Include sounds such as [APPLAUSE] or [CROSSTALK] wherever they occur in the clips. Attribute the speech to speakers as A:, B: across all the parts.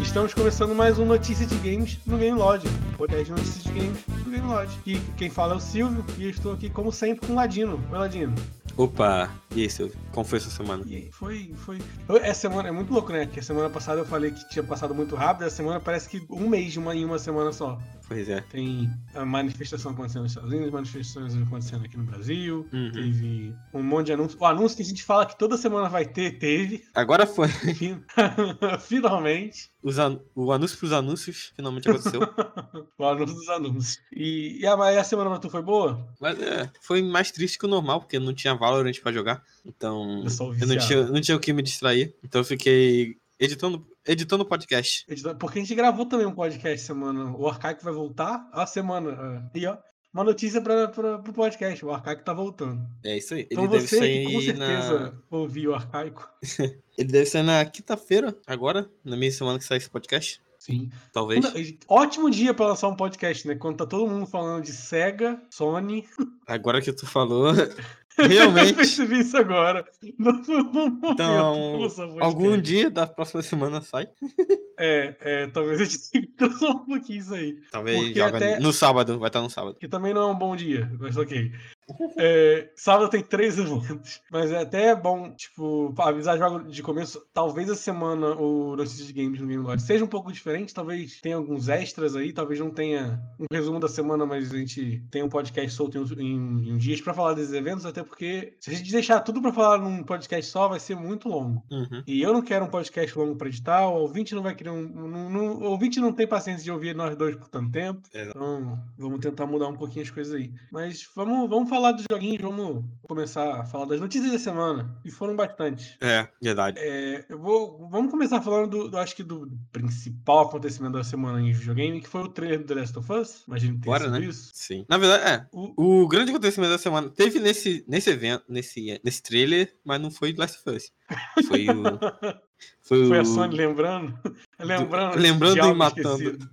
A: Estamos começando mais um Notícia de Games no Game Lodge. O podcast de Notícias de Games do Game Lodge. E quem fala é o Silvio e eu estou aqui, como sempre, com o Ladino. Oi, Ladino.
B: Opa, e aí, Silvio? Como foi essa semana?
A: E aí, foi, foi. Eu- essa semana é muito louco, né? Porque a semana passada eu falei que tinha passado muito rápido. Essa semana parece que um mês de uma, em uma semana só.
B: Pois é.
A: Tem a manifestação acontecendo nos Estados Unidos, manifestações acontecendo aqui no Brasil.
B: Uhum.
A: Teve um monte de anúncios. O anúncio que a gente fala que toda semana vai ter, teve. [LAUGHS]
B: Agora foi.
A: Fin- [LAUGHS] Finalmente.
B: Os an... O anúncio pros anúncios finalmente aconteceu.
A: o anúncio dos anúncios. E, e a, mas a semana pra tu foi boa?
B: Mas é, foi mais triste que o normal, porque não tinha Valorant pra jogar. Então.
A: Eu sou
B: Eu não
A: viciado.
B: tinha, não tinha o que me distrair. Então eu fiquei editando editando podcast.
A: Editando- Porque a gente gravou também um podcast semana. O Arcaico vai voltar a semana. é. E ó, uma notícia pra, pra, pro podcast. O Arcaico tá voltando.
B: É isso aí. Ele
A: Então
B: deve
A: você
B: sair
A: que com certeza
B: na.
A: ouviu o Arcaico.
B: Ele deve sair na quinta-feira, agora, na mesma semana que sai esse podcast.
A: Sim.
B: Talvez.
A: Não, e- ótimo dia pra lançar um podcast, né? Quando tá todo mundo falando de Sega, Sony.
B: Agora que tu falou. [LAUGHS]
A: Eu [LAUGHS]
B: Realmente.
A: percebi isso agora. No, no, no momento,
B: Então,
A: lançar um
B: Algum
A: podcast.
B: dia da próxima semana sai.
A: É, é, talvez a gente tenha que transformar um pouquinho isso aí.
B: Talvez
A: Porque
B: joga
A: até-
B: no sábado, vai estar no sábado.
A: que também não é um bom dia, mas ok. É, sábado tem três [LAUGHS] eventos, mas é até bom, tipo, pra avisar logo de começo. Talvez a semana o Notícias de Games no Game Lodge seja um pouco diferente, talvez tenha alguns extras aí, talvez não tenha um resumo da semana, mas a gente tem um podcast solto em, uns- em- em dias pra falar desses eventos, até porque se a gente deixar tudo pra falar num podcast só, vai ser muito longo.
B: Uhum.
A: E eu não quero um podcast longo para editar, o ouvinte não vai querer um. Não, não- o ouvinte não tem paciência de ouvir nós dois por tanto tempo.
B: Exato.
A: Então, vamos tentar mudar um pouquinho as coisas aí. Mas vamos, vamos falar dos joguinhos, vamos começar a falar das notícias da semana. E foram bastantes.
B: É, verdade.
A: É, eu vou, vamos começar falando, do, do- acho que, do principal acontecimento da semana em videogame, que foi o trailer do The Last of Us. Imagino que tenha
B: Bora,
A: sido
B: né?
A: isso.
B: Sim. Na verdade, é.
A: O-
B: O grande acontecimento da semana teve nesse, nesse evento, nesse, nesse trailer, mas não foi Last of Us. Foi
A: [LAUGHS]
B: o. Foi,
A: foi
B: o-
A: a Sony lembrando. [LAUGHS] Lembrando,
B: lembrando
A: de
B: e
A: algo
B: matando.
A: esquecido.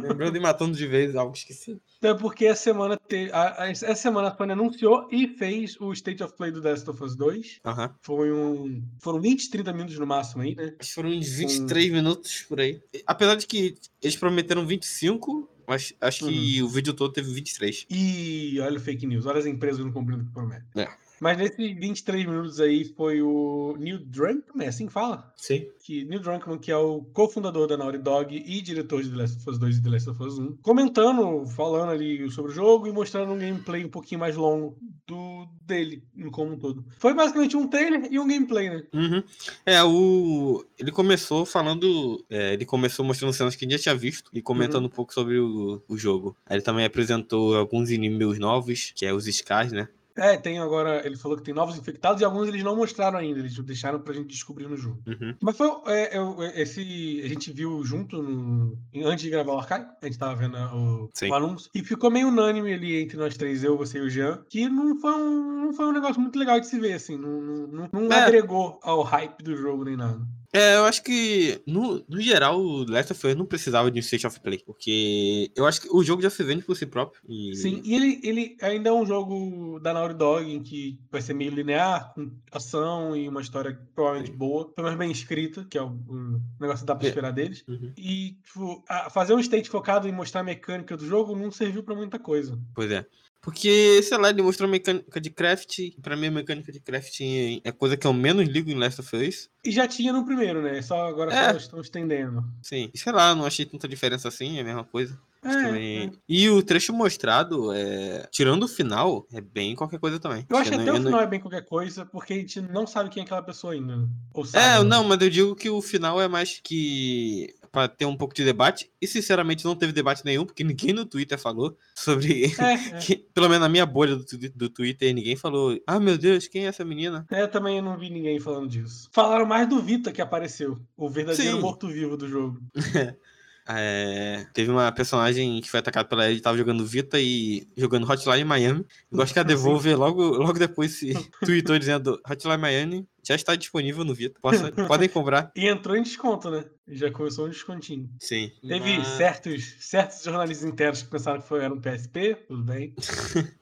B: Lembrando e matando de vez algo esquecido.
A: Até é porque essa semana, te, a, a- essa semana a Sony anunciou e fez o State of Play do The Last of Us 2.
B: Aham.
A: Foi um, foram 20, 30 minutos no máximo aí, né?
B: Acho que foram uns 23 minutos por aí. Apesar de que eles prometeram 25, mas acho que
A: Uhum.
B: o vídeo todo teve 23.
A: E olha o fake news, olha as empresas não cumprindo o que prometem.
B: É.
A: Mas nesses 23 minutos aí foi o Neil Druckmann, é assim que fala?
B: Sim.
A: Que Neil Druckmann, que é o cofundador da Naughty Dog e diretor de The Last of Us 2 e The Last of Us 1, comentando, falando ali sobre o jogo e mostrando um gameplay um pouquinho mais longo do dele como um todo. Foi basicamente um trailer e um gameplay, né?
B: Uhum. É, o. Ele começou falando. é, ele começou mostrando cenas que ele já tinha visto e comentando um pouco sobre o, o jogo. Aí ele também apresentou alguns inimigos novos, que é os Skars, né?
A: É, tem agora. Ele falou que tem novos infectados e alguns eles não mostraram ainda, eles deixaram pra gente descobrir no jogo.
B: Uhum.
A: Mas foi é, eu- é, esse. A gente viu junto no- em- antes de gravar o arcade, a gente tava vendo né, o,
B: Sim.
A: o anúncio. E ficou meio unânime ali entre nós três, eu, você e o Jean, que não foi um, não foi um negócio muito legal de se ver, assim. Não, não- não- não
B: É.
A: agregou ao hype do jogo nem nada.
B: É, eu acho que, no, no geral, o Last of Us não precisava de um State of Play, porque eu acho que o jogo já se vende por si próprio. E...
A: Sim, e ele, ele ainda é um jogo da Naughty Dog em que vai ser meio linear, com ação e uma história provavelmente boa, pelo menos bem escrita, que é o, o negócio que dá pra
B: É.
A: esperar deles.
B: Uhum.
A: E, tipo, a- fazer um state focado em mostrar a mecânica do jogo não serviu pra muita coisa.
B: Pois é. Porque, sei lá, ele mostrou mecânica de craft. e Pra mim, a mecânica de crafting é a coisa que eu menos ligo em Last of Us.
A: E já tinha no primeiro, né? Só agora
B: É.
A: só estão estendendo.
B: Sim. E sei lá, não achei tanta diferença assim, é a mesma coisa. Acho
A: É,
B: também-
A: é.
B: E o trecho mostrado, é... tirando o final, é bem qualquer coisa também.
A: Eu acho que
B: não-
A: até o
B: não-
A: final é bem qualquer coisa, porque a gente não sabe quem é aquela pessoa ainda. né? Ou sabe,
B: É,
A: né?
B: não, mas eu digo que o final é mais que pra ter um pouco de debate. E sinceramente não teve debate nenhum, porque [LAUGHS] ninguém no Twitter falou sobre.
A: É,
B: [LAUGHS]
A: é.
B: que- pelo menos na minha bolha do, Twi- do Twitter, ninguém falou. Ah, meu Deus, quem é essa menina?
A: É, também eu não vi ninguém falando disso. Falaram mais do Vita que apareceu, o verdadeiro
B: Sim.
A: morto-vivo do jogo.
B: É, teve uma personagem que foi atacada pela Ellie, tava jogando Vita e jogando Hotline Miami. Eu acho que a
A: Sim.
B: Devolver logo, logo depois
A: [LAUGHS]
B: se tweetou dizendo Hotline Miami já está disponível no
A: [LAUGHS]
B: Vita. Possa- podem comprar.
A: E entrou em desconto, né? Já começou um descontinho.
B: Sim.
A: Teve
B: Mas-
A: certos, certos jornalistas internos que pensaram que foi, era um PSP, tudo bem.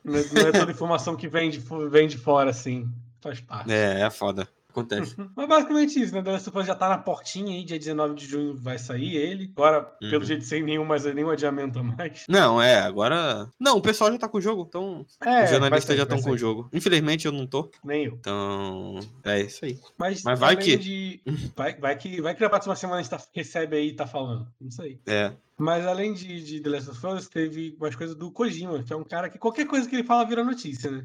A: não, é, não é toda informação que vem de, fo- vem de fora, assim. Faz parte.
B: É, é foda. Acontece.
A: Mas basicamente isso, né? The Last of Us já tá na portinha aí, dia 19 de junho vai sair ele. Agora,
B: Uhum.
A: pelo jeito, sem nenhum, mas nenhum adiamento a mais.
B: Não, é, agora. Não, o pessoal já tá com o jogo, então.
A: É,
B: os jornalistas
A: vai sair,
B: já estão
A: vai
B: com o
A: sair.
B: jogo. Infelizmente eu não tô.
A: Nem eu.
B: Então. É isso aí.
A: Mas,
B: Mas vai
A: também
B: que- [LAUGHS]
A: de- Vai, vai que. Vai que na próxima semana a gente tá- recebe aí e tá falando. Não sei.
B: É.
A: Mas além de, de The Last of Us, teve umas coisas do Kojima, que é um cara que qualquer coisa que ele fala vira notícia, né?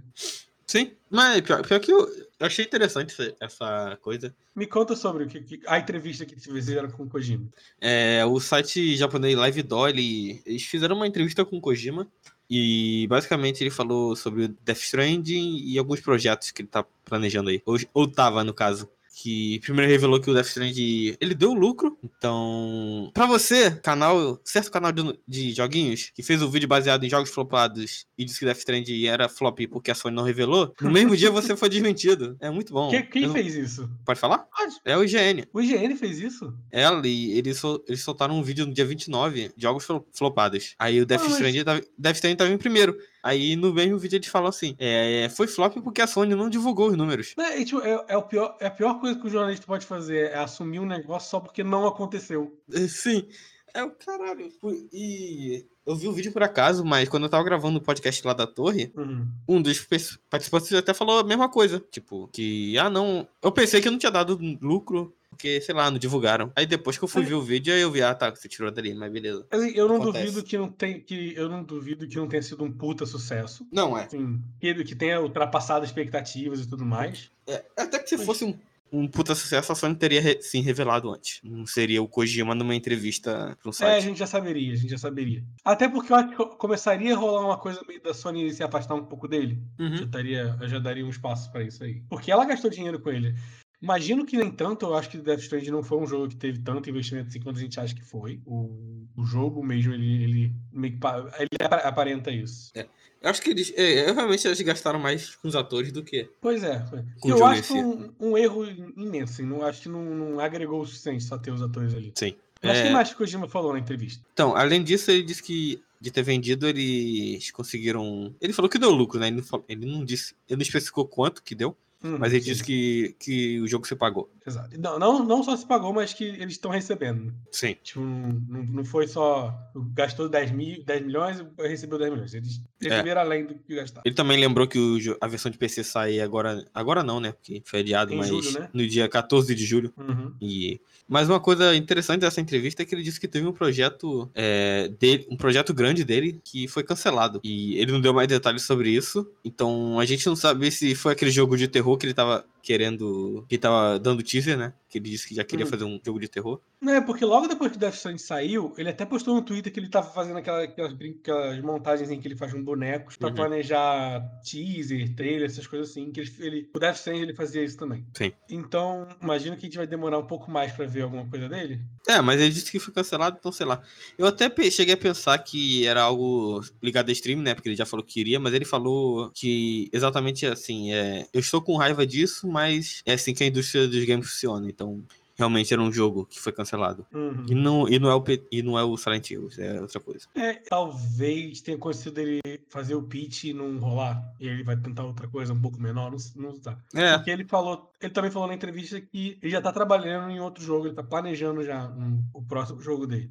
B: Sim. Mas pior, pior que eu, eu achei interessante essa- essa coisa.
A: Me conta sobre o que, que- a entrevista que vocês fizeram com o Kojima.
B: É, o site japonês LiveDoll, ele, eles fizeram uma entrevista com o Kojima e basicamente ele falou sobre o Death Stranding e alguns projetos que ele tá planejando aí, ou, ou tava no caso. Que primeiro revelou que o Death Stranding ele deu lucro, então pra você, canal, certo canal de, de joguinhos que fez um vídeo baseado em jogos flopados e disse que Death Stranding era flop porque a Sony não revelou, no mesmo dia você foi desmentido. É muito bom.
A: Que- quem
B: Eu-
A: fez isso?
B: Pode falar?
A: Pode.
B: É o IGN.
A: O IGN fez isso?
B: Ela e É eles, sol- eles soltaram um vídeo no dia 29, jogos flo- flopados. Aí o Death
A: Ah, mas-
B: Stranding tava, Death Stranding tava em primeiro. Aí no mesmo vídeo eles falam assim: é, foi flop porque a Sony não divulgou os números.
A: É, e, tipo, é- é o pior, é a pior coisa que o jornalista pode fazer, é assumir um negócio só porque não aconteceu.
B: É, [LAUGHS] Sim. É o caralho. Fui- E eu vi o vídeo por acaso, mas quando eu tava gravando o podcast lá da torre,
A: Uhum.
B: um dos pe- participantes até falou a mesma coisa. Tipo, que, ah, não. Eu pensei que eu não tinha dado lucro. Porque, sei lá, não divulgaram. Aí depois que eu fui ver o vídeo, aí eu vi, ah, tá, você tirou dali, mas beleza.
A: Assim, eu não
B: Acontece.
A: duvido que não tem, que eu não duvido que não tenha sido um puta sucesso.
B: Não, é.
A: Assim, que, que tenha ultrapassado expectativas e tudo mais.
B: É, até que se
A: Mas-
B: fosse um, um puta sucesso, a Sony teria re- se revelado antes. Não seria o Kojima numa entrevista pra um
A: É, a
B: site.
A: gente já saberia, a gente já saberia. Até porque eu acho que co- começaria a rolar uma coisa meio da Sony se afastar um pouco dele. Já,
B: Uhum.
A: daria, eu já daria um espaço pra isso aí. Porque ela gastou dinheiro com ele. Imagino que nem tanto, eu acho que Death Stranding não foi um jogo que teve tanto investimento assim quanto a gente acha que foi. O, o jogo mesmo, ele, ele, meio que pa- ele apa- aparenta isso.
B: Eu acho que eles. é, eu realmente eles gastaram mais com os atores do que.
A: Pois é. foi.
B: Com o
A: eu
B: jogo
A: acho
B: em
A: que um, um erro imenso, assim, não, acho que não, não agregou o suficiente só ter os atores ali.
B: Sim.
A: Mas
B: É.
A: quem mais que o Kojima falou na entrevista?
B: Então, além disso, ele disse que de ter vendido, eles conseguiram. Ele falou que deu lucro, né? Ele não, falou- ele não disse. Ele não especificou quanto que deu,
A: Hum,
B: mas ele
A: sim.
B: disse que, que o jogo se pagou.
A: Exato. Não, não, não só se pagou, mas que eles estão recebendo.
B: Sim.
A: Tipo, não, não foi só. Gastou 10, mil, 10 milhões e recebeu 10 milhões. Eles receberam além do que gastaram.
B: É. Ele também lembrou que o jo- a versão de PC sai agora. Agora não, né? Porque feriado,
A: Em
B: mas
A: julho, né?
B: no dia 14 de julho.
A: Uhum.
B: E... Mas uma coisa interessante dessa entrevista é que ele disse que teve um projeto é, dele, um projeto grande dele que foi cancelado. E ele não deu mais detalhes sobre isso. Então a gente não sabe se foi aquele jogo de terror que ele tava querendo. que ele tava dando teaser, né? Que ele disse que já queria
A: Hum.
B: fazer um jogo de terror.
A: Não é, porque logo depois que o Death Stranding saiu, ele até postou no Twitter que ele tava fazendo aquela- aquelas, brin- aquelas montagens em que ele faz um bonecos pra
B: Uhum.
A: planejar teaser, trailer, essas coisas assim. Que ele, ele- o Death Stranding ele fazia isso também.
B: Sim.
A: Então, imagino que a gente vai demorar um pouco mais pra ver alguma coisa dele.
B: É, mas ele disse que foi cancelado, então sei lá. Eu até pe- cheguei a pensar que era algo ligado a stream, né? Porque ele já falou que iria, mas ele falou que exatamente assim, é, eu estou com raiva disso, mas é assim que a indústria dos games funciona, então realmente era um jogo que foi cancelado.
A: Uhum.
B: E não, e não, é, o, P- e não é o Silent Hill, é outra coisa.
A: É, talvez tenha acontecido ele fazer o pitch e não rolar. E ele vai tentar outra coisa um pouco menor, não, s- não tá.
B: É,
A: Porque ele falou, ele também falou na entrevista que ele já tá trabalhando em outro jogo, ele tá planejando já um- o próximo jogo dele.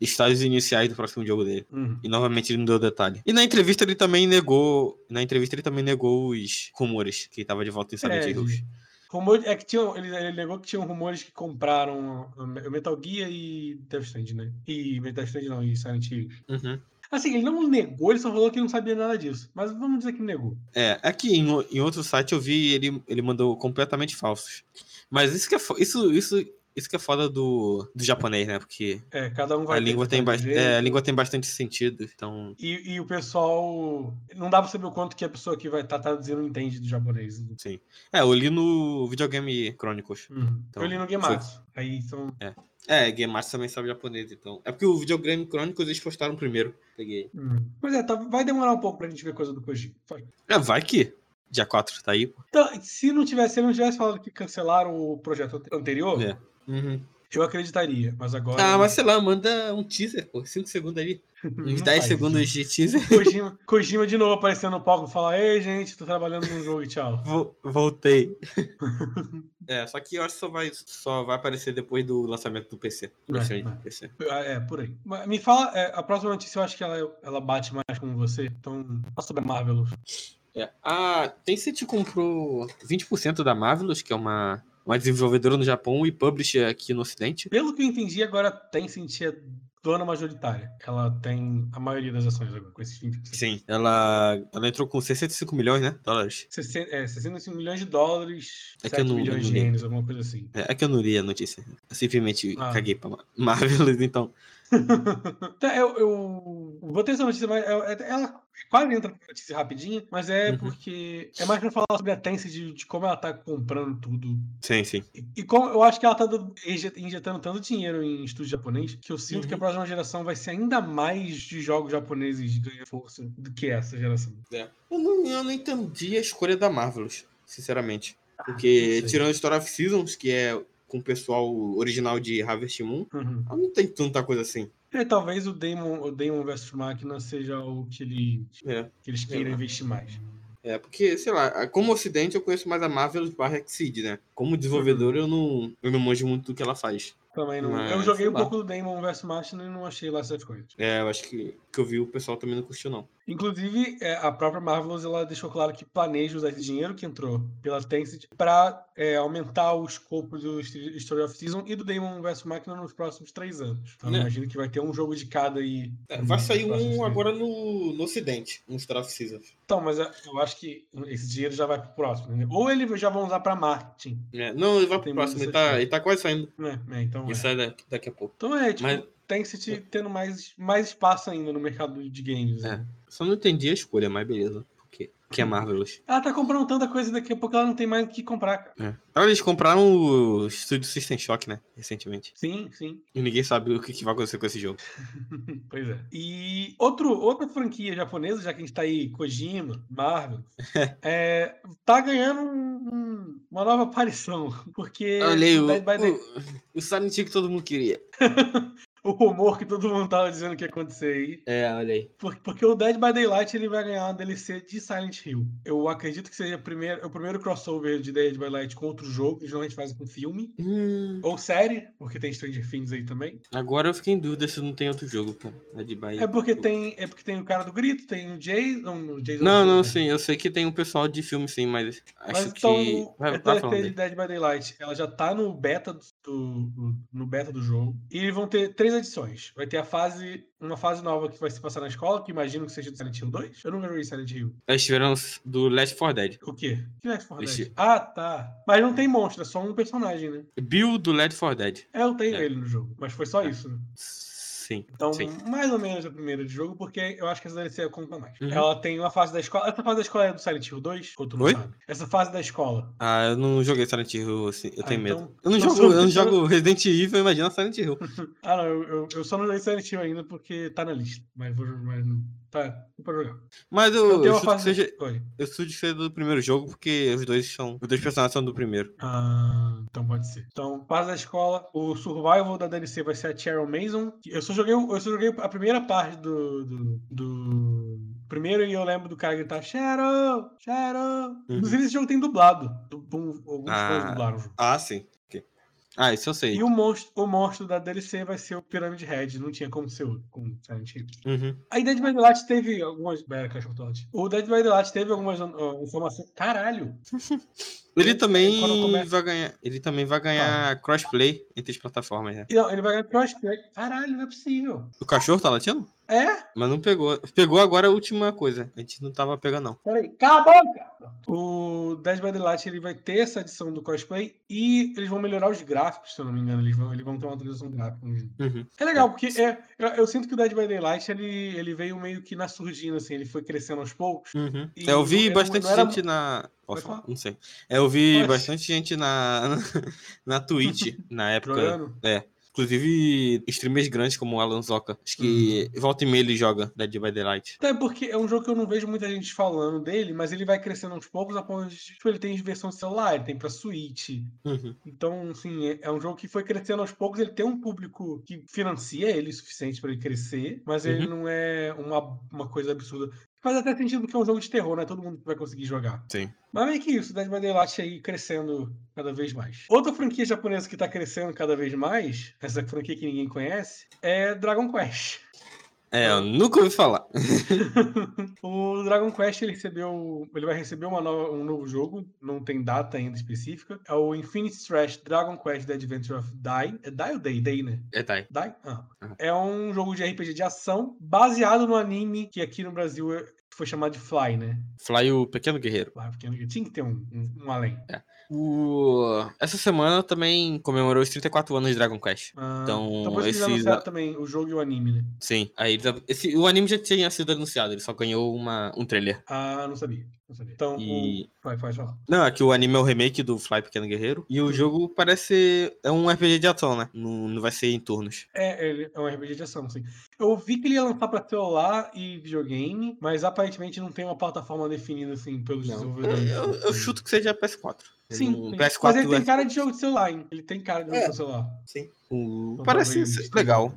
B: estágios iniciais do próximo jogo dele.
A: Uhum.
B: E novamente ele não deu detalhe. E na entrevista ele também negou. Na entrevista ele também negou os rumores que tava de volta em Silent
A: É,
B: Hill.
A: de- Rumor, é que tinham, ele, ele negou que tinham rumores que compraram o Me- o Metal Gear e Death Stranding, né? E Metal Strand não, e Silent Hill.
B: Uhum.
A: Assim, ele não negou, ele só falou que não sabia nada disso. Mas vamos dizer que negou.
B: É, aqui em, o- em outro site eu vi ele, ele mandou completamente falsos. Mas isso que é, fo- isso, isso, isso que é foda do, do japonês, né? Porque
A: É, cada um vai
B: a
A: ter
B: língua,
A: que dar
B: tem
A: um
B: ba-
A: jeito.
B: é, a língua tem bastante sentido. Então,
A: E, e o pessoal. Não dá pra saber o quanto que a pessoa que vai estar traduzindo entende do japonês. Uhum.
B: é, eu li no videogame Chronicles. Então,
A: eu li no Gematsu. Aí então, são.
B: É, Gematsu também sabe japonês, então. É porque o videogame Chronicles eles postaram primeiro. Peguei.
A: hum. Mas é, tá- vai demorar um pouco pra gente ver coisa do Kojima. Faz-
B: É, vai que dia 4 tá aí. pô.
A: Então, se não tivesse, se ele não tivesse falado que cancelaram o projeto ante- anterior,
B: É. Uhum.
A: eu acreditaria, mas agora.
B: Ah, mas sei lá, manda um teaser, pô, 5 segundos ali. Uns
A: Não
B: 10
A: faz
B: segundos de teaser.
A: [LAUGHS] Kojima, Kojima de novo aparecendo no palco e falar: Ei, gente, tô trabalhando no jogo e tchau.
B: Vo- Voltei. é, só que eu acho que só vai, só vai aparecer depois do lançamento do PC.
A: É,
B: Lançamento
A: é.
B: do PC.
A: Ah, É, por aí. Mas Me fala, é, a próxima notícia eu acho que ela, ela bate mais com você. Então, fala sobre a Marvel.
B: É. Ah, Tencent comprou 20% da Marvelous, que é uma, uma desenvolvedora no Japão e publisher aqui no Ocidente.
A: Pelo que eu entendi, agora tem sentia dona majoritária. Ela tem a maioria das ações agora, com esses 20%.
B: Sim. Ela, ela entrou com 65 milhões, né? Dólares.
A: 60, é, 65 milhões de dólares,
B: É que
A: 7
B: eu não-
A: milhões de
B: não li.
A: ienes, alguma coisa assim.
B: É, é que eu não li a notícia. Eu simplesmente
A: Ah.
B: caguei pra Mar- Marvelous, então.
A: Tá, eu, eu vou ter essa notícia, mas é- é- ela quase entra na notícia rapidinho, mas é
B: Uhum.
A: porque é mais pra falar sobre a Tencent, de, de como ela tá comprando tudo.
B: Sim, sim.
A: E, e como eu acho que ela tá dando- inje- injetando tanto dinheiro em estúdio japonês, que eu sinto que a
B: Uhum.
A: próxima geração vai ser ainda mais de jogos japoneses ganhando força do que essa geração.
B: Eu não, eu não entendi a escolha da Marvelous, sinceramente.
A: Ah, não
B: Porque,
A: sei.
B: tirando Story of Seasons, que é com o pessoal original de Harvest Moon,
A: Uhum.
B: ela não tem tanta coisa assim.
A: É, talvez o Demon, o Demon vs Máquina seja o que, ele,
B: É.
A: que eles queiram
B: É.
A: investir mais.
B: É, porque, sei lá, como ocidente eu conheço mais a Marvelous barra Exceed, né? Como desenvolvedor eu não, eu não manjo muito do que ela faz.
A: Também não. eu
B: Mas,
A: joguei
B: sei
A: um
B: lá.
A: pouco do Demon vs Máquina e não achei lá essas coisas.
B: É, eu acho que que eu vi o pessoal também não curtiu, não.
A: Inclusive, é, a própria Marvelous ela deixou claro que planeja usar esse dinheiro que entrou pela Tencent para aumentar o escopo do St- Story of Season e do Demon vs. Machina nos próximos três anos. Então,
B: Né?
A: eu imagino que vai ter um jogo de cada aí.
B: É, vai
A: nos
B: sair
A: próximos
B: um
A: três
B: agora
A: anos.
B: no, no ocidente, um Story of Seasons.
A: Então, mas é, eu acho que esse dinheiro já vai pro próximo. né? Ou eles já vão usar para marketing.
B: É, não, ele vai
A: Tem
B: pro próximo,
A: muito
B: ele
A: essas
B: tá,
A: coisas.
B: ele tá quase saindo.
A: Né? É, então, é.
B: Ele sai daqui, daqui a pouco.
A: então é, tipo,
B: Mas-
A: Tencent tendo mais, mais espaço ainda no mercado de games.
B: É.
A: né?
B: Só não entendi a escolha, mas beleza. Por quê? Que é Marvelous.
A: Ela tá comprando tanta coisa daqui a pouco ela não tem mais o que comprar. cara.
B: É. Agora eles compraram o estúdio System Shock, né? Recentemente.
A: Sim, sim.
B: E ninguém sabe o que, que vai acontecer com esse jogo.
A: Pois é. E outro, outra franquia japonesa, já que a gente tá aí, Kojima,
B: [LAUGHS]
A: Marvel, é, tá ganhando um- um- uma nova aparição. [LAUGHS] Porque
B: Olha
A: É, vai- vai ter-
B: o, o Silent Hill que todo mundo queria.
A: o rumor que todo mundo tava dizendo que ia acontecer aí.
B: É, olha aí.
A: por- Porque o Dead by Daylight ele vai ganhar uma DLC de Silent Hill. Eu acredito que seja a primeira- o primeiro crossover de Dead by Daylight com outro jogo, que geralmente fazem com filme. Ou série, porque tem Stranger Things aí também.
B: Hum, agora eu fiquei em dúvida se não tem outro jogo, pô. É de Bahia.
A: É porque tem, é porque tem o cara do grito, tem o Jason. o Jason
B: Não, não,
A: sei.
B: sim. Eu sei que tem um pessoal de filme, sim, mas acho
A: Mas então,
B: que... Vai,
A: a
B: vai
A: DLC
B: falando
A: de
B: aí.
A: Dead by Daylight, ela já tá no beta do- do, no beta do jogo. E vão ter três edições. Vai ter a fase, uma fase nova que vai se passar na escola, que imagino que seja do Silent Hill 2. Eu nunca joguei Silent Hill.
B: Eles tiveram do Last 4 Dead.
A: O quê? Que Left 4 Dead?
B: Esse-
A: Ah, tá. Mas não tem monstro, é só um personagem, né?
B: Bill do Last 4 Dead.
A: É, eu tenho
B: É.
A: ele no jogo, mas foi só
B: É.
A: isso, né?
B: Sim.
A: Então,
B: Sim.
A: mais ou menos a primeira de jogo, porque eu acho que essa DLC conta mais.
B: Uhum.
A: Ela tem uma fase da escola. Essa fase da escola é do Silent Hill 2? Ou tu não
B: Oi?
A: sabe? Essa fase da escola.
B: Ah, eu não joguei Silent Hill, assim, eu
A: Ah,
B: tenho
A: então-
B: medo. Eu não,
A: Nossa,
B: jogo, eu não
A: então-
B: jogo Resident Evil, imagina Silent Hill.
A: Ah, não, eu, eu, eu só não joguei Silent Hill ainda porque tá na lista. Mas vou jogar. Mas não. Tá, vou pra jogar.
B: Mas
A: Eu
B: eu,
A: tenho
B: eu,
A: Então uma
B: chuto
A: fase.
B: que seja,
A: Oi.
B: eu chuto que seja do primeiro jogo, porque os dois são. Os dois personagens são do primeiro.
A: Ah, então pode ser. Então, fase da escola. O survival da DLC vai ser a Cheryl Mason. Eu só joguei, o- eu só joguei a primeira parte do. do, do- Primeiro, e eu lembro do cara gritar Cheryl! Cheryl! Inclusive, esse jogo tem dublado. Du- um- Alguns fãs
B: Uhum. Ah.
A: dublaram o jogo.
B: Ah, sim. Ok. Ah, isso eu sei.
A: E o monstro, o monstro da DLC vai ser o Pyramid Head. Não tinha como ser o com Silent Hill.
B: Uhum.
A: Aí Dead by Daylight teve algumas. Pera, cachorro Todd. O Dead by Daylight teve algumas ó, informações. Caralho!
B: Ele
A: É, quando Tá.
B: também
A: começa-
B: vai ganhar. Ele também vai ganhar crossplay entre as plataformas, né?
A: E Não, ele vai ganhar crossplay. Caralho, não é possível.
B: O cachorro tá latindo?
A: É?
B: Mas não pegou. Pegou agora a última coisa. A gente não tava pegando, não.
A: Peraí. Cala a boca! O Dead by Daylight ele vai ter essa adição do crossplay e eles vão melhorar os gráficos, se eu não me engano. Eles vão, eles vão ter uma atualização gráfica. no jogo.
B: Uhum.
A: É legal, porque é, eu, eu sinto que o Dead by Daylight ele, ele veio meio que na surdina, assim. Ele foi crescendo aos poucos.
B: Uhum.
A: E
B: Eu vi
A: não-
B: bastante
A: não era-
B: gente na. Posso falar?
A: falar.
B: Não sei. É, Eu vi
A: Pode.
B: [LAUGHS] bastante gente na. na Twitch, na época.
A: Jogando.
B: Inclusive, streamers grandes como o Alan Zoka. Acho que volta e meia ele joga Dead by Daylight.
A: Até porque é um jogo que eu não vejo muita gente falando dele, mas ele vai crescendo aos poucos a ponto de, tipo, ele tem versão de celular, ele tem pra Switch.
B: Uhum.
A: Então, assim, é, é um jogo que foi crescendo aos poucos, ele tem um público que financia ele o suficiente pra ele crescer, mas ele
B: Uhum.
A: não é uma, uma coisa absurda. Faz até sentido porque é um jogo de terror, né? Todo mundo vai conseguir jogar.
B: Sim.
A: Mas meio que isso, Dead by Daylight aí crescendo cada vez mais. Outra franquia japonesa que tá crescendo cada vez mais, essa franquia que ninguém conhece, é Dragon Quest.
B: É, eu nunca ouvi falar.
A: O Dragon Quest ele recebeu, ele vai receber uma nova- um novo jogo, não tem data ainda específica. É o Infinite Trash Dragon Quest The Adventure of Dai. É Dai ou Day? Day, né?
B: É, tá. aí.
A: Dai? Ah.
B: Ah.
A: É um jogo de RPG de ação baseado no anime que aqui no Brasil é- foi chamado de Fly, né?
B: Fly o Pequeno Guerreiro.
A: Lá, porque tinha que ter um, um, um além.
B: O... Essa semana também comemorou os 34 anos de Dragon Quest.
A: Ah,
B: Então,
A: então por isso que
B: esse-
A: eles anunciaram também o jogo e o anime, né?
B: Sim. Aí eles... Esse... O anime já tinha sido anunciado, ele só ganhou uma... um trailer.
A: Ah, não sabia. Não sabia. Então, o...
B: E.
A: vai, pode falar.
B: Não, é que o anime é o remake do Fly Pequeno Guerreiro. E
A: Hum.
B: o jogo parece. ser- É um RPG de ação, né? Não, não vai ser em turnos.
A: É, ele é um RPG de ação, sim. Eu ouvi que ele ia lançar pra celular e videogame, mas aparentemente não tem uma plataforma definida, assim, pelos
B: Não. Eu,
A: desenvolvedores.
B: eu- eu chuto que seja PS4.
A: Sim,
B: Um
A: sim.
B: PS4
A: mas ele tem
B: é-
A: cara de jogo de celular, hein? Ele tem cara de jogo de celular.
B: Sim. O-
A: Então,
B: Hum. Parece
A: talvez
B: ser
A: esteja-
B: legal.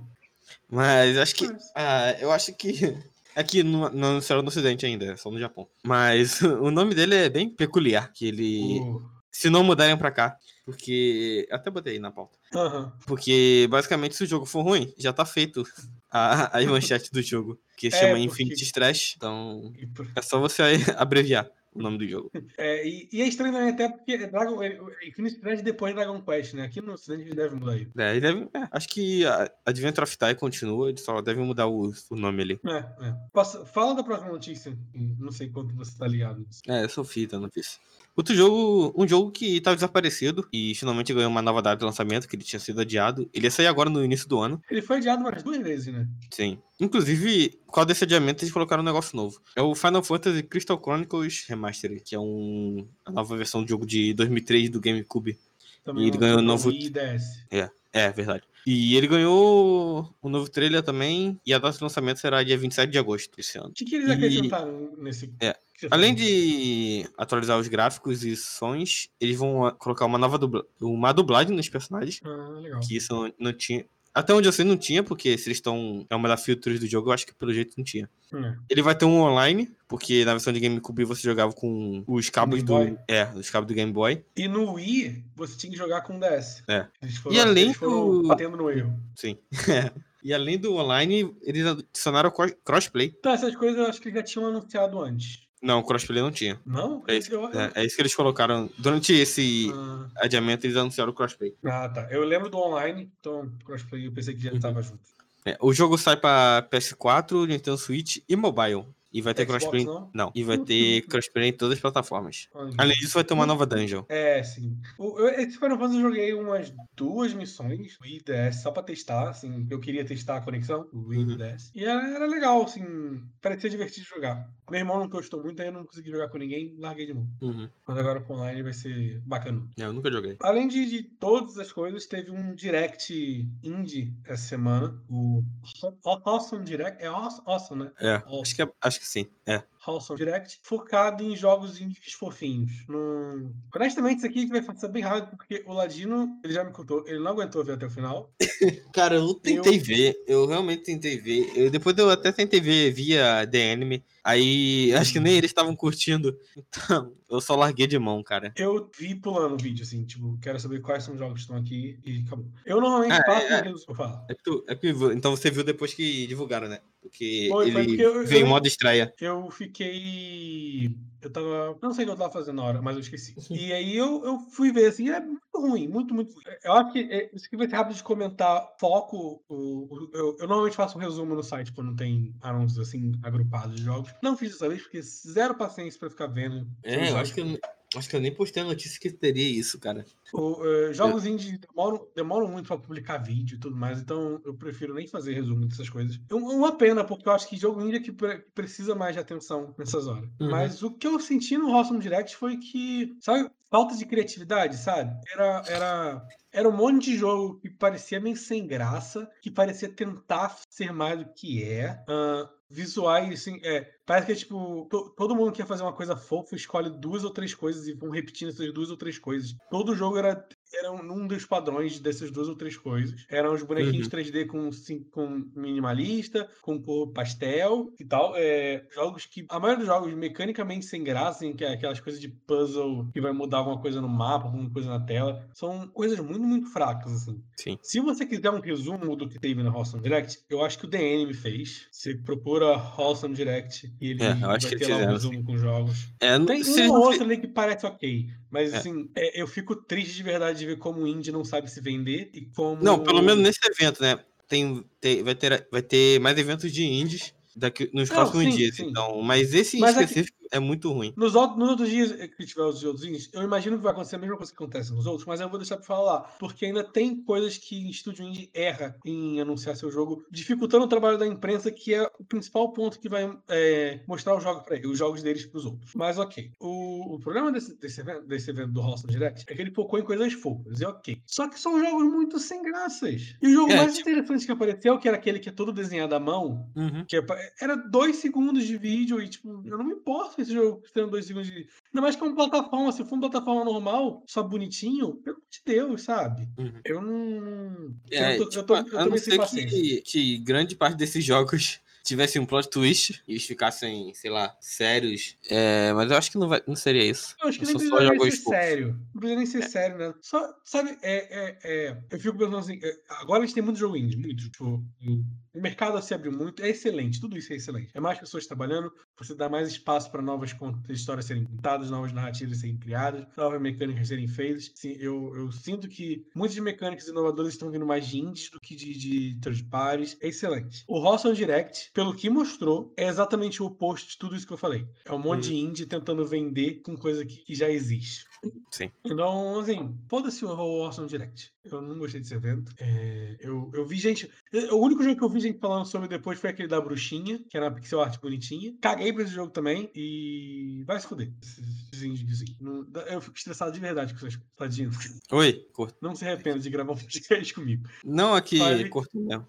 B: Mas acho que.
A: Parece.
B: ah, eu acho que. [LAUGHS] Aqui não não anunciaram no ocidente ainda, é só no Japão. Mas [LAUGHS] o nome dele é bem peculiar, que ele.
A: O-
B: Se não mudarem pra cá. Porque. eu Até botei aí na pauta.
A: Aham.
B: Porque basicamente se o jogo for ruim, já tá feito a, as manchetes do jogo. Que se
A: É,
B: chama
A: porque-
B: Infinity Trash. Então.
A: E por-
B: É só você aí [LAUGHS] abreviar o nome do jogo.
A: É, e, e é estranho também até porque é Dragon, é- é Infinite Thread depois de Dragon Quest, né? Aqui no ocidente ele deve mudar aí.
B: É, e deve- é, acho que a Adventure of Time continua, eles só devem mudar o, o nome ali.
A: É, é. Passa- fala da próxima notícia. Não sei quanto você tá ligado nisso.
B: É, eu sou fita, não fiz. Outro jogo, um jogo que tava desaparecido e finalmente ganhou uma nova data de lançamento, que ele tinha sido adiado. Ele ia sair agora no início do ano,
A: Ele foi adiado umas duas vezes, né?
B: sim. Inclusive, por causa desse adiamento, eles colocaram um negócio novo. É o Final Fantasy Crystal Chronicles Remastered, que é um, a nova versão do jogo de 2003 do GameCube.
A: Também
B: E ele ganhou
A: o
B: novo-
A: Wii DS.
B: É, verdade. E ele ganhou um novo trailer também, e a data de lançamento será dia 27 de agosto desse ano.
A: O que, que eles
B: E-
A: acrescentaram nesse.
B: É.
A: que você
B: Além
A: falou?
B: de atualizar os gráficos e sons, eles vão ah, colocar uma nova dubla... uma dublagem nos personagens,
A: Ah, legal.
B: que isso não- não tinha. Até onde eu sei, não tinha, porque se eles estão. É uma das filtros do jogo, eu acho que pelo jeito não tinha.
A: É.
B: Ele vai ter um online, porque na versão de GameCube você jogava com os cabos
A: Game
B: do.
A: Boy?
B: É, os cabos do Game Boy.
A: E no Wii, você tinha que jogar com o DS.
B: É.
A: Eles
B: E além
A: eles foram
B: do-
A: batendo no erro.
B: E além do online, eles adicionaram cro- crossplay.
A: Então, essas coisas eu acho que já tinham anunciado antes.
B: Não, crossplay não tinha.
A: Não?
B: É isso,
A: Eu-
B: É, é isso que eles colocaram. Durante esse
A: Ah,
B: adiamento, eles anunciaram o crossplay.
A: Ah, tá. Eu lembro do online, então crossplay eu pensei que já
B: Uhum.
A: tava junto.
B: É, o jogo sai pra PS4, Nintendo Switch e mobile. E vai ter
A: Xbox, né?
B: crossplay. Não?
A: não?
B: e vai
A: [LAUGHS]
B: ter crossplay em todas as plataformas.
A: Olha.
B: Além disso, vai ter uma nova dungeon.
A: É, sim. O- eu- esse Final Fantasy eu joguei umas duas missões do IDS só pra testar, assim, eu queria testar a conexão do
B: Uhum.
A: IDS. E era, era legal, assim, parecia divertido jogar. Meu irmão não gostou muito, aí eu não consegui jogar com ninguém, larguei de mão.
B: Uhum.
A: Mas agora com online vai ser bacana.
B: É, Eu nunca joguei.
A: Além de, de todas as coisas, teve um direct indie essa semana. O Aw- Awesome Direct. É Aw- Awesome, né?
B: É,
A: Ó.
B: acho que, é- acho que sim. É.
A: Awesome Direct. Focado em jogos indies fofinhos. Num- Honestamente, isso aqui a gente vai passar bem rápido, porque o Ladino, ele já me contou, ele não aguentou ver até o final.
B: Cara, eu tentei
A: Eu-
B: ver. Eu realmente tentei ver. Eu, depois eu até tentei ver via The Anime. Aí acho que nem eles estavam curtindo. Então, eu só larguei de mão, cara.
A: Eu vi pulando o vídeo, assim, tipo, quero saber quais são os jogos que estão aqui e acabou. Eu normalmente
B: Ah,
A: passo
B: é,
A: e resumo. Fala.
B: É que tu- é que vo- então você viu depois que divulgaram, né? Porque
A: Foi, foi
B: ele
A: porque eu-
B: veio
A: eu-
B: em modo estreia.
A: Eu fiquei. Eu tava. Não sei o que eu tava fazendo na hora, mas eu esqueci. E aí eu, eu fui ver assim, é muito ruim, muito, muito ruim. Eu acho que é, isso aqui vai ser rápido de comentar. Foco. o- o- eu, eu normalmente faço um resumo no site quando tem anúncios assim, agrupados de jogos. Não fiz dessa vez, porque zero paciência pra ficar vendo. os
B: É, eu
A: jogos.
B: acho que eu, acho que eu nem postei a notícia que teria isso, cara.
A: O, eh, jogos indie demoram, demoram muito pra publicar vídeo e tudo mais, então eu prefiro nem fazer resumo dessas coisas. É um- uma pena, porque eu acho que jogo indie é que pre- precisa mais de atenção nessas horas.
B: Uhum.
A: Mas o que eu senti no Awesome Direct foi que, sabe, falta de criatividade, sabe? Era, era Era um monte de jogo que parecia meio sem graça, que parecia tentar ser mais do que é. Ah, visuais, assim, é, parece que é tipo, to- todo mundo quer fazer uma coisa fofa, escolhe duas ou três coisas e vão repetindo essas duas ou três coisas. Todo jogo era, era um, um dos padrões dessas duas ou três coisas. Eram os
B: Uhum.
A: bonequinhos 3D com, sim- com minimalista, com cor pastel e tal. É, jogos que, a maioria dos jogos, mecanicamente sem graça, em que é aquelas coisas de puzzle que vai mudar alguma coisa no mapa, alguma coisa na tela, são coisas muito, muito fracas, assim.
B: Sim.
A: Se você quiser um resumo do que teve na Wholesome Direct, eu acho que o DN me fez. Você procura Wholesome Direct e ele
B: É, eu
A: vai
B: acho que
A: ter
B: eles
A: lá um
B: fizeram,
A: resumo com jogos.
B: É, não-
A: Tem
B: se-
A: um ou outro ali que parece ok, mas
B: É.
A: assim, é, eu fico triste de verdade de ver como o indie não sabe se vender e como...
B: Não, pelo menos nesse evento, né? Tem, tem- vai, ter, vai ter mais eventos de indies daqui, nos
A: Não,
B: próximos
A: sim,
B: dias,
A: sim.
B: então. Mas esse em
A: Mas aqui-
B: específico é muito ruim.
A: Nos, outros- nos outros dias eh, que tiver os outros indies, eu imagino que vai acontecer a mesma coisa que acontece nos outros, mas eu vou deixar pra falar, porque ainda tem coisas que estúdio indie erra em anunciar seu jogo, dificultando o trabalho da imprensa, que é o principal ponto que vai é, mostrar os jogos para os jogos deles pros outros. Mas ok. O, o problema desse, desse, evento, desse evento do Halston Direct é que ele focou em coisas fofas, e ok. Só que são jogos muito sem graças. E o jogo
B: É,
A: mais
B: tipo-
A: interessante que apareceu, que era aquele que é todo desenhado à mão,
B: Uhum.
A: que é pa- era dois segundos de vídeo e, tipo, eu não me importo com esse jogo tendo dois segundos de vídeo. Ainda mais que é uma plataforma, se for uma plataforma normal, só bonitinho, pelo amor de Deus, sabe?
B: Uhum.
A: Eu não.
B: É,
A: eu tô, eu
B: tipo,
A: tô, eu tô
B: a não
A: meio sem
B: ser
A: paciência.
B: que, que grande parte desses jogos [LAUGHS] tivesse um plot twist e eles ficassem, sei lá, sérios. É, mas eu acho que não, vai, não seria isso.
A: Eu acho que
B: São
A: nem
B: só É.
A: precisa nem
B: jogos
A: ser
B: fofos.
A: sério. Não precisa nem ser sério, né? Só, sabe, é, é, é, eu fico pensando assim, é, agora a gente tem muito jogo indie, muito. Tipo, o mercado se abriu muito, é excelente, tudo isso é excelente. É mais pessoas trabalhando, você dá mais espaço para novas cont- histórias serem contadas, novas narrativas serem criadas, novas mecânicas serem feitas. Sim, eu, eu sinto que muitos mecânicos inovadores estão vindo mais de indies do que de, de third parties. É excelente. O Rosson Direct, pelo que mostrou, é exatamente o oposto de tudo isso que eu falei. É um monte de indie tentando vender com coisa que, que já existe.
B: Sim.
A: Então, assim, foda-se o Awesome Direct. Eu não gostei desse evento. É, eu, eu vi gente. O único jogo que eu vi gente falando sobre depois foi aquele da Bruxinha, que era uma pixel art bonitinha. Caguei pra esse jogo também e. Vai se foder. Esses indies aí. Não- Eu fico estressado de verdade com vocês. Tadinho. [LAUGHS]
B: Oi, cortou.
A: Não se arrependa de gravar um podcast comigo.
B: Não aqui,
A: Vai-
B: cortou mesmo.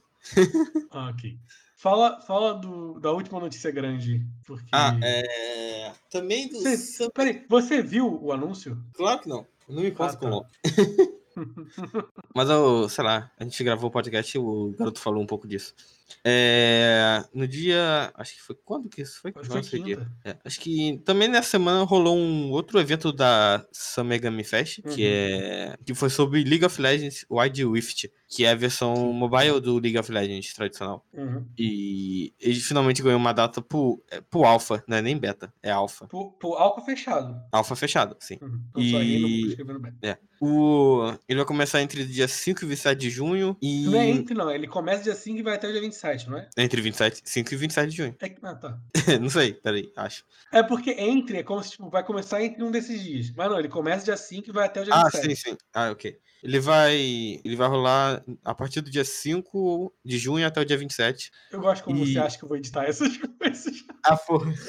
A: Ah, ok. Fala, fala do, da última notícia grande. Porque.
B: Ah, é. Também do.
A: Sim.
B: Sam-
A: Peraí, você viu o anúncio?
B: Claro que não. Eu não me importo
A: Ah,
B: com
A: tá.
B: LOL. [LAUGHS] Mas eu, sei lá, a gente gravou o podcast e o garoto falou um pouco disso. É, no dia. Acho que foi quando que isso foi?
A: Acho que foi
B: Não sei o dia.
A: quinta.
B: É, acho que também nessa semana rolou um outro evento da Samegami Fest, que
A: Uhum.
B: é que foi sobre League of Legends Wide Rift, que é a versão mobile do League of Legends tradicional.
A: Uhum.
B: E ele finalmente ganhou uma data pro, é, pro alpha, não é nem beta, é alpha.
A: Pro, pro álcool fechado.
B: Alpha fechado, sim.
A: Uhum. Então, só rindo,
B: E-
A: escrevendo bem.
B: O, ele vai começar entre dia 5 e 27 de junho e
A: Não é entre, não. Ele começa dia 5 e vai até o dia 27, não é?
B: entre 27, 5 e 27 de junho. [LAUGHS]
A: É que- Ah, tá.
B: não sei, peraí, acho.
A: É porque entre é como se tipo, vai começar entre um desses dias. Mas não, ele começa dia 5 e vai até o dia
B: Ah,
A: 27.
B: sim, sim. Ah, ok. Ele vai, ele vai rolar a partir do dia 5 de junho até o dia 27.
A: Eu gosto como
B: E-
A: você acha que eu vou editar essas [LAUGHS] coisas.
B: Ah, porra. [LAUGHS]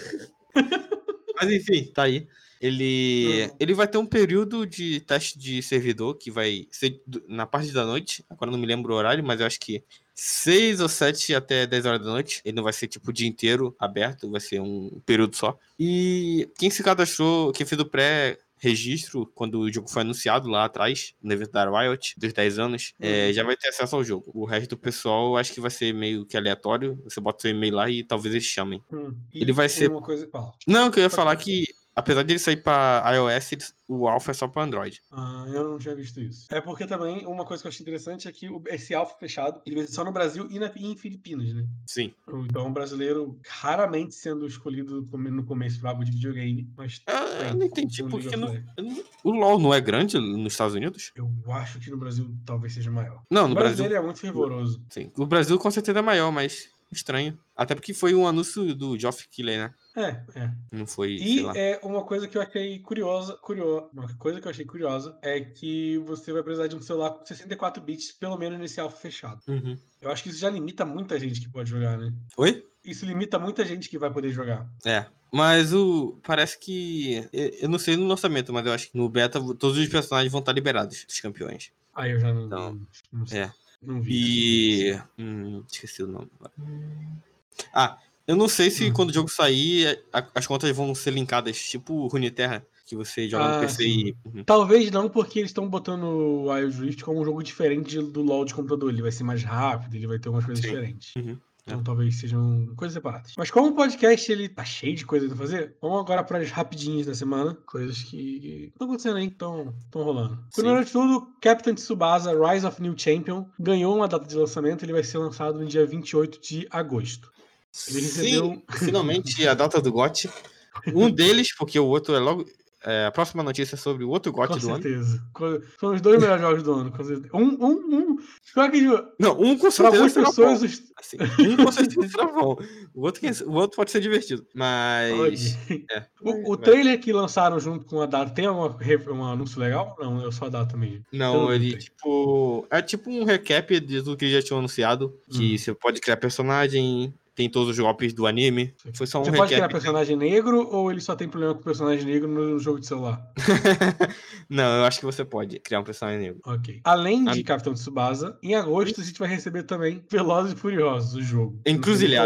B: Mas enfim, tá aí. Ele,
A: Hum.
B: ele vai ter um período de teste de servidor que vai ser do- na parte da noite. Agora eu não me lembro o horário, mas eu acho que 6 ou 7 até 10 horas da noite. Ele não vai ser tipo o dia inteiro aberto, vai ser um período só. E quem se cadastrou, quem fez o pré registro quando o jogo foi anunciado lá atrás, no evento da Riot, dos 10 anos, é, já vai ter acesso ao jogo. O resto do pessoal eu acho que vai ser meio que aleatório. Você bota seu e-mail lá e talvez eles chamem.
A: Hum. E
B: Ele vai
A: tem
B: ser-
A: Uma coisa... Fala.
B: Não, que eu ia
A: Pode
B: falar
A: continuar.
B: que, apesar de ele sair pra iOS, ele- o Alpha é só pra Android.
A: Ah, eu não tinha visto isso. É porque também uma coisa que eu achei interessante é que o- esse alfa fechado ele vai ser só no Brasil e, na, e em Filipinas, né?
B: Sim.
A: Então, um brasileiro raramente sendo escolhido come- no começo para algo de videogame. Mas
B: Ah, eu
A: tem, um
B: não entendi
A: no
B: por
A: League
B: que
A: of
B: não,
A: Legends.
B: eu não- O LoL não é grande nos Estados Unidos?
A: Eu acho que no Brasil talvez seja maior.
B: Não,
A: O
B: no Brasil.
A: brasileiro é muito fervoroso.
B: Sim. O Brasil com certeza é maior, mas estranho. Até porque foi um anúncio do Geoff Keighley, né?
A: É, é.
B: Não foi, sei
A: E
B: lá.
A: é uma coisa que eu achei curiosa, curiosa, uma coisa que eu achei curiosa é que você vai precisar de um celular com 64 bits, pelo menos nesse alfa fechado.
B: Uhum.
A: Eu acho que isso já limita muita gente que pode jogar, né?
B: Oi?
A: Isso limita muita gente que vai poder jogar.
B: É. Mas o. Parece que. Eu eu não sei no lançamento, mas eu acho que no beta todos os personagens vão estar liberados, dos campeões.
A: Aí eu já não,
B: Então,
A: não sei.
B: é.
A: Não vi.
B: E. Hum, esqueci o nome. agora. Ah, eu não sei se
A: Hum.
B: quando o jogo sair, é, a- as contas vão ser linkadas, tipo Runeterra, que você joga
A: Ah,
B: no PC e. Uhum.
A: Talvez não, porque eles estão botando o Wild Rift como um jogo diferente do LoL de computador. Ele vai ser mais rápido, ele vai ter umas coisas
B: Sim.
A: diferentes.
B: Uhum.
A: Então talvez sejam coisas separadas. Mas como o podcast ele tá cheio de coisa pra fazer, vamos agora para as rapidinhas da semana. Coisas que estão acontecendo aí, estão rolando. Primeiro de tudo, Captain Tsubasa Rise of New Champion ganhou uma data de lançamento. Ele vai ser lançado no dia 28 de agosto. Ele recebeu... um-
B: Sim, finalmente a data do GOT.
A: [LAUGHS]
B: Um deles, porque o outro é logo. é, a próxima notícia é sobre o outro GOT
A: Com
B: do ano.
A: certeza. Co- Foram os dois melhores jogos do ano. Com certeza. Um, um, um. Pior que
B: Não, um com
A: para
B: certeza
A: algumas
B: será
A: pessoas,
B: bom.
A: os-
B: Assim, um com certeza será bom. O outro, que- o outro pode ser divertido.
A: [LAUGHS]
B: Mas.
A: Pode.
B: é.
A: O, o
B: Vai.
A: trailer que lançaram junto com a data tem alguma re- um anúncio legal? Não, é só a data mesmo.
B: Não,
A: Pelo
B: ele
A: jeito.
B: tipo. É tipo um recap de tudo que já tinham anunciado. Que
A: Hum.
B: você pode criar personagem, tem todos os golpes do anime. Foi só um
A: Você
B: recap.
A: pode criar personagem negro ou ele só tem problema com personagem negro no jogo de celular?
B: Não, eu acho que você pode criar um personagem negro.
A: Ok. Além de
B: Ah.
A: Capitão Tsubasa, em agosto a gente vai receber também Velozes e Furiosos, o jogo. Eu não sei nem qual é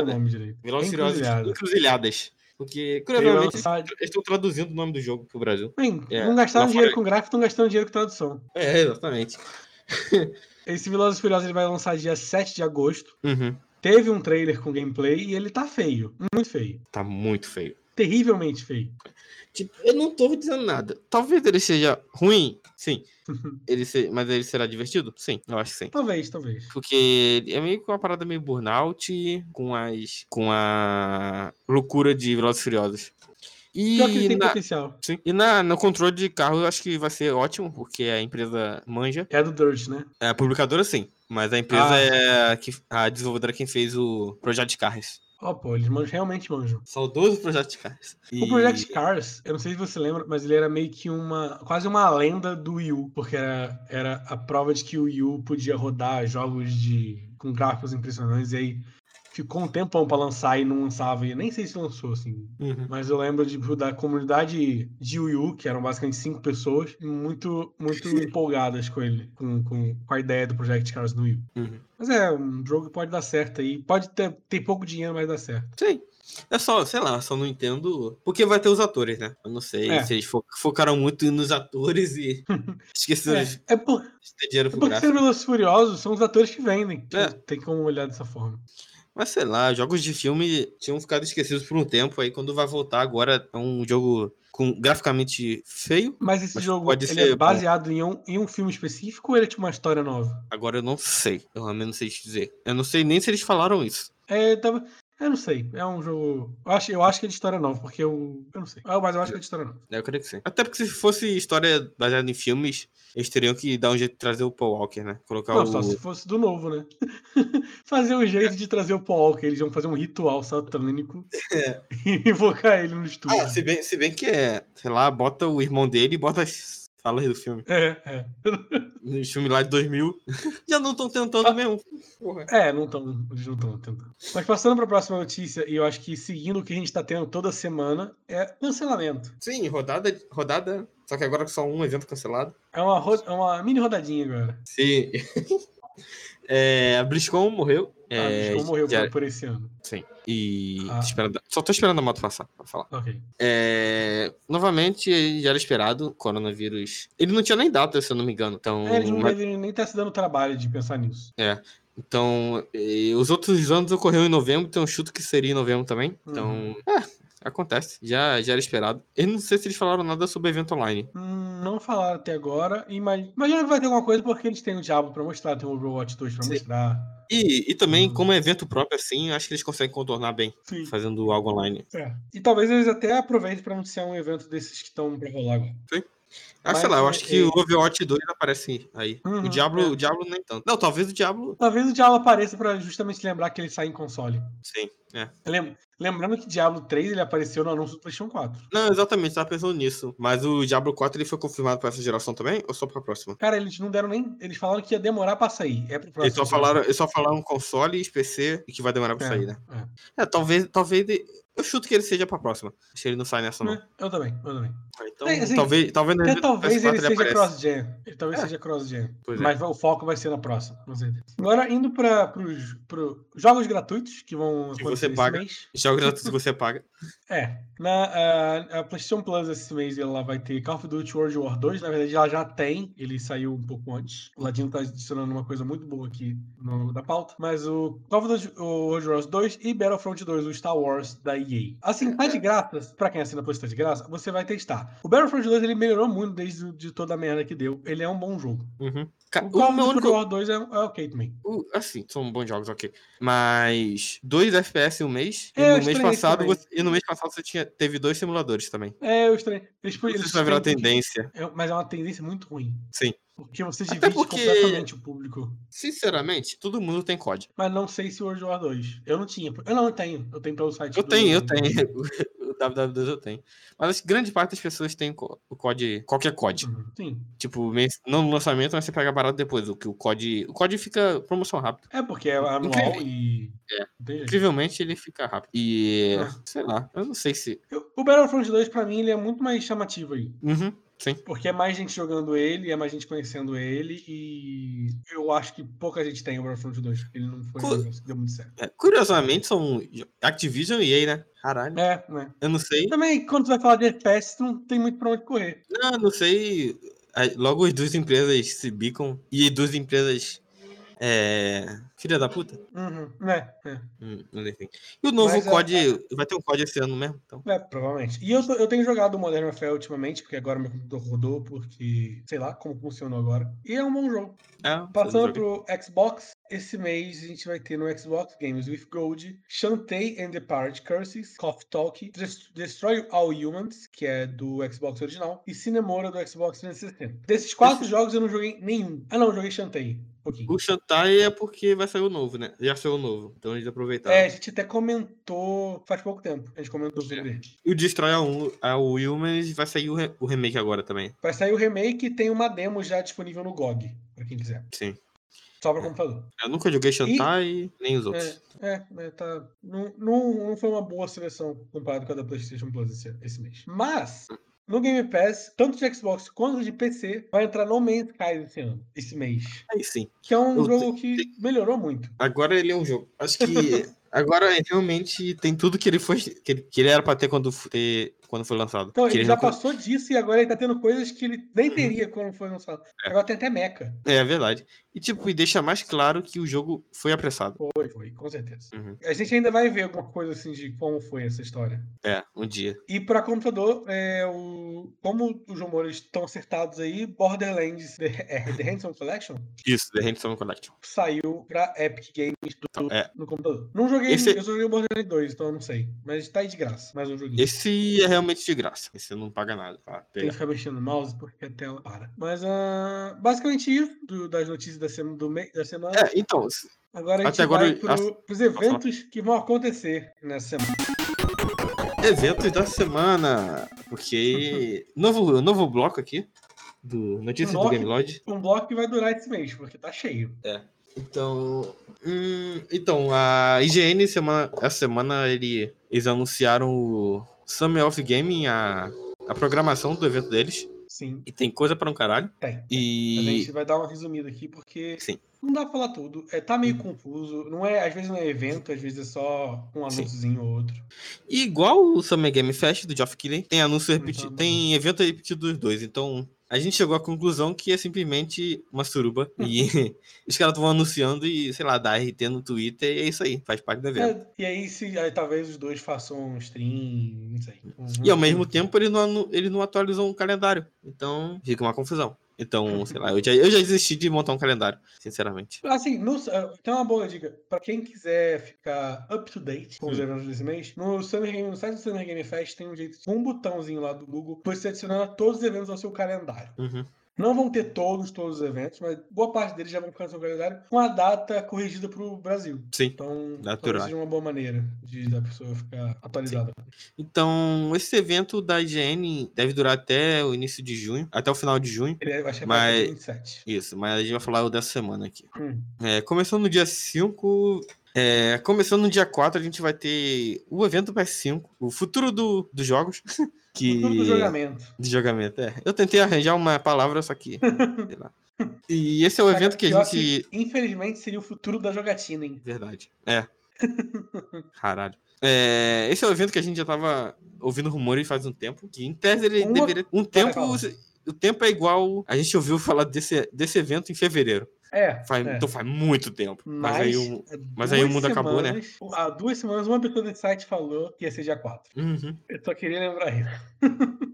B: Encruzilhada.
A: o nome direito.
B: Velozes e Furiosos
A: Encruzilhada.
B: encruzilhadas. Porque,
A: Ele vai
B: curiosamente, eles
A: lançar-
B: eles estão traduzindo o nome do jogo pro Brasil.
A: Bem,
B: É,
A: não gastaram
B: lá
A: dinheiro
B: fora.
A: com gráfico, estão gastando dinheiro com tradução.
B: É, exatamente.
A: Esse Velozes e Furiosos ele vai lançar dia 7 de agosto.
B: Uhum.
A: Teve um trailer com gameplay e ele tá feio. Muito feio.
B: Tá muito feio.
A: Terrivelmente feio.
B: Tipo, eu não tô dizendo nada. Talvez ele seja ruim, sim. Ele se... Mas ele será divertido? Sim, eu acho que sim.
A: Talvez, talvez.
B: Porque é meio que uma parada meio burnout com as. com a loucura de Velozes e Furiosos. E,
A: Pior que ele tem
B: na,
A: potencial.
B: sim. e na- no controle de carro eu acho que vai ser ótimo, porque a empresa manja.
A: É a do Dirt, né?
B: É, a publicadora sim, mas a empresa
A: Ah.
B: é a, que, a desenvolvedora quem fez o Projeto de Carros.
A: Ó, pô, eles manjam, realmente manjam.
B: Saudoso Projeto de Carros.
A: O Project Cars, eu não sei se você lembra, mas ele era meio que uma. quase uma lenda do Wii U, porque era, era a prova de que o Wii U podia rodar jogos de com gráficos impressionantes, e aí ficou um tempão pra lançar e não lançava, e nem sei se lançou, assim.
B: Uhum.
A: Mas eu lembro de, da comunidade de Wii U, que eram basicamente cinco pessoas, muito, muito empolgadas com ele, com, com, com a ideia do Project Cars no Wii U.
B: Uhum.
A: Mas é, um jogo que pode dar certo aí. Pode ter, ter pouco dinheiro, mas dá certo.
B: Sim. É só, sei lá, só não entendo. Porque vai ter os atores, né? Eu não sei
A: É.
B: se eles fo- focaram muito nos atores [LAUGHS] e esqueceram de
A: É, é por, é
B: de ter dinheiro pro
A: porque
B: gráfico.
A: ser Velozes e Furiosos são os atores que vendem. Tipo,
B: É.
A: Tem como olhar dessa forma.
B: Mas sei lá, jogos de filme tinham ficado esquecidos por um tempo. Aí quando vai voltar agora, é um jogo com graficamente feio.
A: Mas esse
B: Mas
A: jogo
B: pode
A: ele
B: ser
A: é
B: bom.
A: baseado em um, em um filme específico ou ele é tipo uma história nova?
B: Agora eu não sei. Eu realmente não sei te dizer. Eu não sei nem se eles falaram isso.
A: É, tava- eu não sei. É um jogo. Eu acho, eu acho que é de história nova, porque eu. Eu não sei. Ah, Mas eu acho que é de história nova.
B: né, Eu creio que sim. Até porque se fosse história baseada em filmes, eles teriam que dar um jeito de trazer o Paul Walker, né? Colocar
A: Não,
B: o.
A: só se fosse do novo, né? [LAUGHS] fazer um jeito de trazer o Paul Walker. Eles iam fazer um ritual satânico
B: [LAUGHS] É.
A: [LAUGHS] e invocar ele no estúdio.
B: Ah, se bem, se bem que é, sei lá, bota o irmão dele e bota as falas do filme.
A: É, é.
B: No filme lá de 2000. [LAUGHS] Já não estão tentando
A: Ah.
B: mesmo. Porra.
A: É, não estão, eles não estão tentando. Mas passando para a próxima notícia, e eu acho que seguindo o que a gente está tendo toda semana, é cancelamento.
B: Sim, rodada, rodada. Só que agora só um evento cancelado.
A: É uma, ro- é uma mini rodadinha agora.
B: Sim. [LAUGHS] É, a BlizzCon morreu.
A: É, a
B: É,
A: Biscom morreu
B: já-
A: por, por esse ano.
B: Sim. E.
A: Ah.
B: esperando- só tô esperando a moto passar pra falar.
A: Ok.
B: É, novamente, já era esperado. Coronavírus. Ele não tinha nem data, se eu não me engano. Então,
A: É, eles não
B: mas-
A: devem nem estar se dando trabalho de pensar nisso.
B: Então, eh, os outros anos ocorreu em novembro, então eu chuto que seria em novembro também.
A: Uhum.
B: Então, é, acontece. Já, já era esperado. Eu não sei se eles falaram nada sobre evento online.
A: Hum, não falaram até agora. Imagina, imagina que vai ter alguma coisa porque eles têm o Diablo para mostrar, tem o Overwatch 2 para
B: Sim.
A: mostrar.
B: E, e também,
A: Hum.
B: como é evento próprio assim, eu acho que eles conseguem contornar bem
A: Sim.
B: fazendo algo online.
A: É. E talvez eles até aproveitem para anunciar um evento desses que estão para rolar agora.
B: Ah,
A: Mas,
B: sei lá, eu
A: é,
B: acho que
A: é-
B: o Overwatch 2 aparece aí.
A: Uhum,
B: o, Diablo,
A: é.
B: o Diablo nem tanto. Não, talvez o Diablo.
A: Talvez o Diablo apareça para justamente lembrar que ele sai em console.
B: Sim. É.
A: Lem- Lembrando que Diablo 3 ele apareceu no anúncio do PlayStation 4.
B: Não, exatamente, tava pensando nisso. Mas o Diablo 4 ele foi confirmado pra essa geração também ou só pra próxima?
A: Cara, eles não deram nem. Eles falaram que ia demorar pra sair. É pro próximo.
B: Eles só falaram, eles só falaram consoles, PC e que vai demorar pra
A: É,
B: sair, né? É, talvez, talvez. ele- Eu chuto que ele seja pra próxima. Acho que ele não sai nessa, não.
A: É, Eu também, eu também.
B: Ah, Então,
A: É, assim,
B: talvez, talvez, no
A: Até
B: evento do
A: talvez
B: PS4
A: ele seja
B: apareça.
A: cross-gen. Ele talvez
B: É.
A: seja cross-gen.
B: Pois é.
A: Mas o foco vai ser na próxima, com certeza. Agora, indo para os jogos gratuitos que vão
B: Que
A: acontecer
B: você
A: esse
B: paga.
A: mês.
B: Jogos gratuitos que você paga.
A: É. Na, a, a PlayStation Plus esse mês ela vai ter Call of Duty World War 2. Na verdade, ela já tem. Ele saiu um pouco antes. O Ladino tá adicionando uma coisa muito boa aqui no longo da pauta. Mas o Call of Duty World War 2 e Battlefront 2, o Star Wars da EA. Assim, tá de graça. Pra quem assina a PlayStation de graça, você vai testar. O Battlefront 2 ele melhorou muito desde de toda a merda que deu. Ele é um bom jogo.
B: Uhum. Ca-
A: O
B: O,
A: Call of
B: meu
A: Duty
B: único.
A: World War 2 é, é ok também.
B: o- assim, são bons jogos, ok. Mas. Dois FPS em um mês.
A: É, eu
B: e, no mês
A: estranhei isso
B: passado,
A: também.
B: você- e no mês passado você tinha, teve dois simuladores também.
A: É, eu estranho. Eles,
B: Isso vai virar
A: têm que-
B: tendência.
A: É, mas é uma tendência muito ruim.
B: Sim.
A: Porque você
B: Até
A: divide
B: porque-
A: completamente o público.
B: Sinceramente, todo mundo tem COD.
A: Mas não sei se o World War 2. Eu não tinha. Eu não eu tenho. Eu tenho pelo site.
B: Eu
A: do-
B: tenho, eu tenho. [LAUGHS] O WW2 eu tenho. Mas acho que grande parte das pessoas tem co- o COD. Qualquer COD.
A: Uhum, Sim.
B: Tipo, men- não no lançamento, mas você pega barato depois. O que o COD. O COD fica promoção rápida.
A: É porque é anual
B: Incrível. É.
A: e. Não tem jeito.
B: Incrivelmente ele fica rápido. E.
A: Ah.
B: Sei lá, eu não sei se.
A: Eu- O Battlefront 2, pra mim, ele é muito mais chamativo aí.
B: Uhum.
A: Porque é mais gente jogando ele, é mais gente conhecendo ele. E eu acho que pouca gente tem o Battlefront 2. Ele não foi um
B: Co-
A: negócio que deu muito certo.
B: É, curiosamente, são Activision e EA, né? Caralho.
A: É, né?
B: Eu não sei.
A: Também, quando tu vai falar de FPS, tu não tem muito pra onde correr.
B: Não, eu não sei. Aí, Logo as duas empresas se bicam. E duas empresas. É. Filha da puta.
A: Uhum, né? É.
B: Hum, não sei. E o novo
A: Mas, é,
B: COD. Vai ter um COD esse ano mesmo? Então.
A: É, provavelmente. E eu, tô- eu tenho jogado Modern Warfare ultimamente, porque agora meu computador rodou, porque sei lá como funcionou agora. E é um bom jogo.
B: É, eu não
A: Passando
B: joguei.
A: pro Xbox, esse mês a gente vai ter no Xbox Games with Gold, Shantae and the Pirate Curses, Cough Talk, Des- Destroy All Humans, que é do Xbox original, e Cinemora do Xbox 360. Desses quatro jogos eu não joguei nenhum. Ah não, eu joguei Shantae. Um pouquinho.
B: O Shantae é porque vai sair o novo, né? Já saiu o novo, então eles aproveitaram.
A: É, a gente até comentou faz pouco tempo. A gente comentou sobre ele.
B: E o Destroy a, um, a Humans vai sair o, re- o remake agora também.
A: Vai sair o remake e tem uma demo já disponível no GOG, pra quem quiser.
B: Sim.
A: Só pra computador.
B: Eu nunca joguei Shantae, nem os outros.
A: É, é, né, tá. Não, não, não foi uma boa seleção comparado com a da PlayStation Plus esse, esse mês. Mas, no Game Pass, tanto de Xbox quanto de PC, vai entrar No Man's Sky esse ano, esse mês.
B: Aí sim.
A: Que é um
B: Eu
A: jogo que melhorou muito.
B: Agora ele é um jogo. Acho que [LAUGHS] agora ele realmente tem tudo que ele foi que ele, que ele era pra ter quando, f- ter quando foi lançado.
A: [LAUGHS] Então,
B: Que
A: ele
B: ele
A: já
B: não con- Uhum.
A: passou disso e agora ele tá tendo coisas que ele nem teria quando foi lançado.
B: É.
A: Agora tem até mecha.
B: É verdade. E tipo, e deixa mais claro que o jogo foi apressado.
A: Foi, foi, com certeza.
B: Uhum.
A: A gente ainda vai ver alguma coisa assim de como foi essa história.
B: É, um dia.
A: E para computador, é, o, como os rumores estão acertados aí, Borderlands The, é, The Handsome Collection
B: Isso, The Handsome Collection.
A: saiu pra Epic Games do-
B: é.
A: no computador. Não joguei,
B: Esse-
A: eu só joguei o Borderlands 2, então eu não sei. Mas tá aí de graça, mais um joguinho.
B: Esse é realmente de graça. Esse não paga nada. tá? pra
A: Tem que
B: pegar.
A: ficar mexendo no mouse porque a tela para. Mas ah, basicamente isso do- das notícias da semana, do mei- da semana.
B: É, então,
A: Agora a gente
B: até agora
A: vai
B: eu-
A: pro, pros eventos que vão acontecer nessa semana.
B: Eventos da semana. Porque. novo, novo bloco aqui. Do Notícias do
A: Bloco?
B: Game Lodge.
A: Um bloco que vai durar esse mês, porque tá cheio.
B: Então. hum, então, a IGN semana, essa semana ele, eles anunciaram o Summer of Gaming, a, a programação do evento deles.
A: Sim,
B: E tem coisa pra um caralho.
A: tem. Mas a
B: E.
A: gente vai dar uma resumida aqui, porque
B: Sim. Uhum.
A: não dá pra falar tudo. É, tá meio confuso. Não é, às vezes não é evento, às vezes é só um
B: Sim.
A: anúnciozinho ou outro.
B: E igual o Summer Game Fest do Geoff Keighley, tem anúncio repetido,
A: Então,
B: tem evento repetido dos dois. Então, a gente chegou à conclusão que é simplesmente uma suruba. E [LAUGHS] os caras estão anunciando e, sei lá, dá RT no Twitter e é isso aí, faz parte do evento.
A: É, e aí, se aí talvez os dois façam um stream, não sei. Um-
B: E ao mesmo tempo ele não, anu- ele não atualizou um calendário. Então, fica uma confusão. Então, sei lá, eu já, eu já desisti de montar um calendário, sinceramente.
A: Assim, no, tem uma boa dica. Pra quem quiser ficar up to date com os
B: Hum.
A: eventos desse mês, no, Summer Game, no site do Summer Game Fest tem um jeito, um botãozinho lá do Google, você adiciona todos os eventos ao seu calendário.
B: Uhum.
A: Não vão ter todos, todos os eventos, mas boa parte deles já vão ficar no seu calendário com a data corrigida para o Brasil.
B: Sim.
A: Então,
B: Natural.
A: talvez seja uma boa maneira de da pessoa ficar atualizada.
B: Então, esse evento da IGN deve durar até o início de junho, até o final de junho.
A: Ele é, acho que é
B: Mas-
A: dia 27.
B: Isso, mas a gente vai falar o dessa semana aqui.
A: Hum.
B: É, começou no dia 5. é, começando no dia 4, a gente vai ter o evento PS5, o futuro do, dos jogos. [LAUGHS] Que...
A: Tudo pro jogamento.
B: De jogamento, é. Eu tentei arranjar uma palavra, só que. sei lá. E esse é o
A: Cara,
B: evento que a
A: pior
B: gente.
A: Infelizmente seria o futuro da jogatina, hein?
B: Verdade. É. Caralho. É, esse é o evento que a gente já tava ouvindo rumores faz um tempo. Que em tese ele
A: Um-
B: deveria. Um tempo.
A: fala.
B: O tempo é igual. A gente ouviu falar desse, desse evento em fevereiro.
A: É.
B: Faz-
A: é.
B: Então faz muito tempo. Mas,
A: Mas, é
B: aí um, o. mas aí o mundo acabou, né?
A: acabou, né? Há duas semanas, uma pessoa do site falou que ia ser dia 4.
B: Uhum.
A: Eu só queria lembrar isso.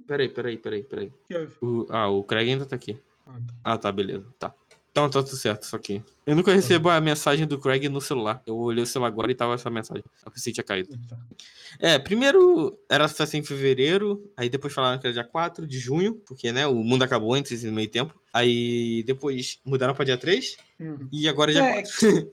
B: Peraí, peraí, peraí, peraí.
A: Que eu-
B: O- ah, o Craig ainda tá aqui.
A: Ah,
B: Ah, tá, beleza. Tá. Então tá tudo certo, só que. Eu nunca recebo a mensagem do Craig no celular. Eu olhei o celular agora e tava essa mensagem. Eu pensei que tinha caído.
A: tá.
B: É, primeiro era pra ser em fevereiro, aí depois falaram que era dia 4 de junho, porque, né, o mundo acabou antes no meio tempo. Aí depois mudaram pra dia 3
A: Uhum.
B: e agora é dia
A: É,
B: 4.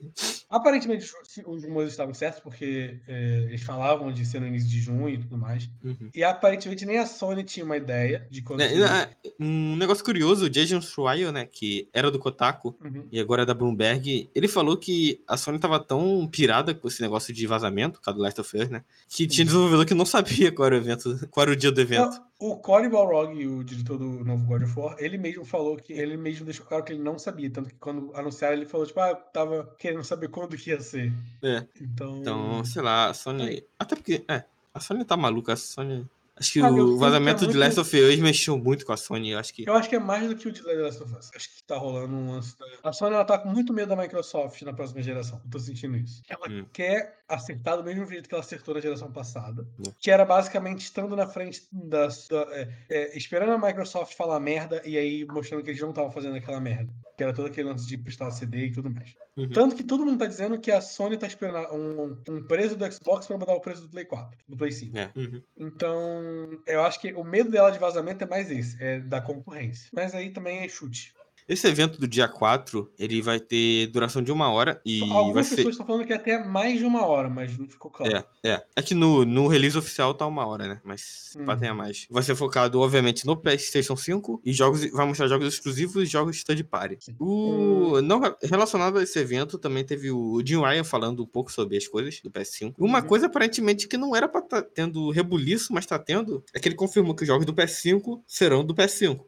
A: Aparentemente os- se- os rumores estavam certos, porque é, eles falavam de ser no início de junho e tudo mais.
B: Uhum.
A: E aparentemente nem a Sony tinha uma ideia de quando.
B: Né, e,
A: seria.
B: ah, um negócio curioso, o Jason Schreier, né, que era do Kotaku,
A: Uhum.
B: e agora é da Bloomberg, ele falou que a Sony tava tão pirada com esse negócio de vazamento, por causa do Last of Us, né? Que tinha desenvolvedor que não sabia qual era o evento, qual era o dia do evento.
A: Não, o Cory Balrog, o diretor do novo God of War, ele mesmo falou que ele mesmo deixou claro que ele não sabia. Tanto que quando anunciaram, ele falou, tipo, ah, eu tava querendo saber quando que ia ser.
B: É.
A: Então.
B: Então, sei lá, a Sony. Até porque. É, a Sony tá maluca, a Sony. Acho que
A: Ah, meu filho
B: o
A: tá
B: vazamento de
A: muito-
B: Last of Us mexeu muito com a Sony. Eu acho que.
A: Eu acho que é mais do que o de The Last of Us. Acho que tá rolando um lance. da- A Sony ela tá com muito medo da Microsoft na próxima geração. Eu tô sentindo isso. Ela
B: Hum.
A: quer acertar do mesmo jeito que ela acertou na geração passada,
B: Hum.
A: que era basicamente estando na frente da. da- é, é, esperando a Microsoft falar merda e aí mostrando que eles não estavam fazendo aquela merda. Que era todo aquele lance de pistar CD e tudo mais.
B: Uhum.
A: Tanto que todo mundo tá dizendo que a Sony tá esperando a- um, um preço do Xbox pra mudar o preço do Play 4, do Play 5.
B: É. Uhum.
A: Então, eu acho que o medo dela de vazamento é mais esse, é da concorrência. Mas aí também é chute.
B: Esse evento do dia 4, ele vai ter duração de uma hora e vai
A: Algumas
B: ser.
A: pessoas estão falando que é até mais de uma hora, mas não ficou claro.
B: É, é. É que no, no release oficial tá uma hora, né? Mas
A: Hum.
B: hum. tem a mais. Vai ser focado, obviamente, no PlayStation 5 e jogos, vai mostrar jogos exclusivos e jogos de third party.
A: Sim. Hum.
B: O, não, relacionado a esse evento, também teve o Jim Ryan falando um pouco sobre as coisas do PS5. Uma
A: Uhum.
B: coisa, aparentemente, que não era pra estar tendo rebuliço, mas tá tendo, é que ele confirmou que os jogos do PS5 serão
A: [LAUGHS]
B: do PS5.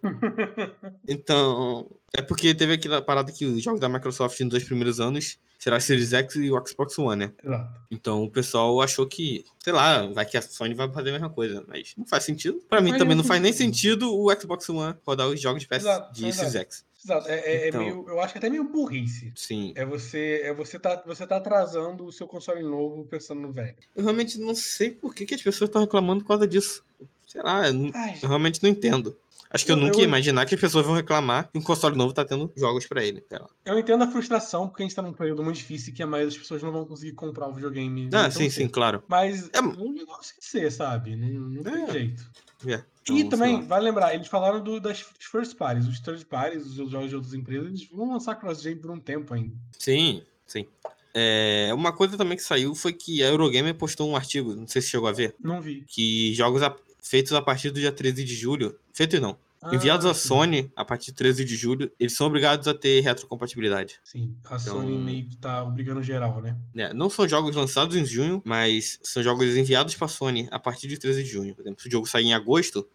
B: Então, é porque teve aquela parada que os jogos da Microsoft nos dois primeiros anos será a Series X e o Xbox One, né?
A: Exato.
B: Então o pessoal achou que, sei lá, vai que a Sony vai fazer a mesma coisa, mas não faz sentido. Pra mim
A: faz
B: também
A: nenhum
B: não faz nem
A: sentido.
B: sentido o Xbox One rodar os jogos de PS
A: Exato,
B: de
A: exato.
B: Series X.
A: Exato. É, é- é
B: Então-
A: meio, eu acho que é até meio burrice.
B: Sim.
A: É você, é você tá, você tá atrasando o seu console novo pensando no velho.
B: Eu realmente não sei por que, que as pessoas estão reclamando por causa disso. Sei lá, eu, não-
A: Ai,
B: eu realmente não entendo. Acho que eu,
A: Eu-
B: nunca
A: eu-
B: ia imaginar que as pessoas vão reclamar que um console novo tá tendo jogos pra ele. sei lá.
A: eu entendo a frustração, porque a gente tá num período muito difícil e que a maioria das pessoas não vão conseguir comprar o videogame.
B: Ah,
A: tão
B: sim, sim,
A: cedo.
B: claro.
A: Mas
B: É-
A: é um negócio que ser, sabe? Não, não tem
B: É.
A: jeito.
B: É. Então,
A: E
B: sei
A: também,
B: lá.
A: vale lembrar, eles falaram do, das first parties, os third parties, os jogos de outras empresas, eles vão lançar cross-gen por um tempo ainda.
B: Sim, sim. É, uma coisa também que saiu foi que a Eurogamer postou um artigo, não sei se chegou a ver,
A: Não vi.
B: que jogos a- feitos a partir do dia 13 de julho, feitos não,
A: Ah,
B: enviados à
A: sim.
B: Sony a partir de 13 de julho, eles são obrigados a ter retrocompatibilidade.
A: Sim,
B: Então,
A: a
B: é.
A: Sony meio que tá obrigando geral, né?
B: né? Não são jogos lançados em junho, mas são jogos enviados para Sony a partir de 13 de junho. Por exemplo, se o jogo sair em agosto,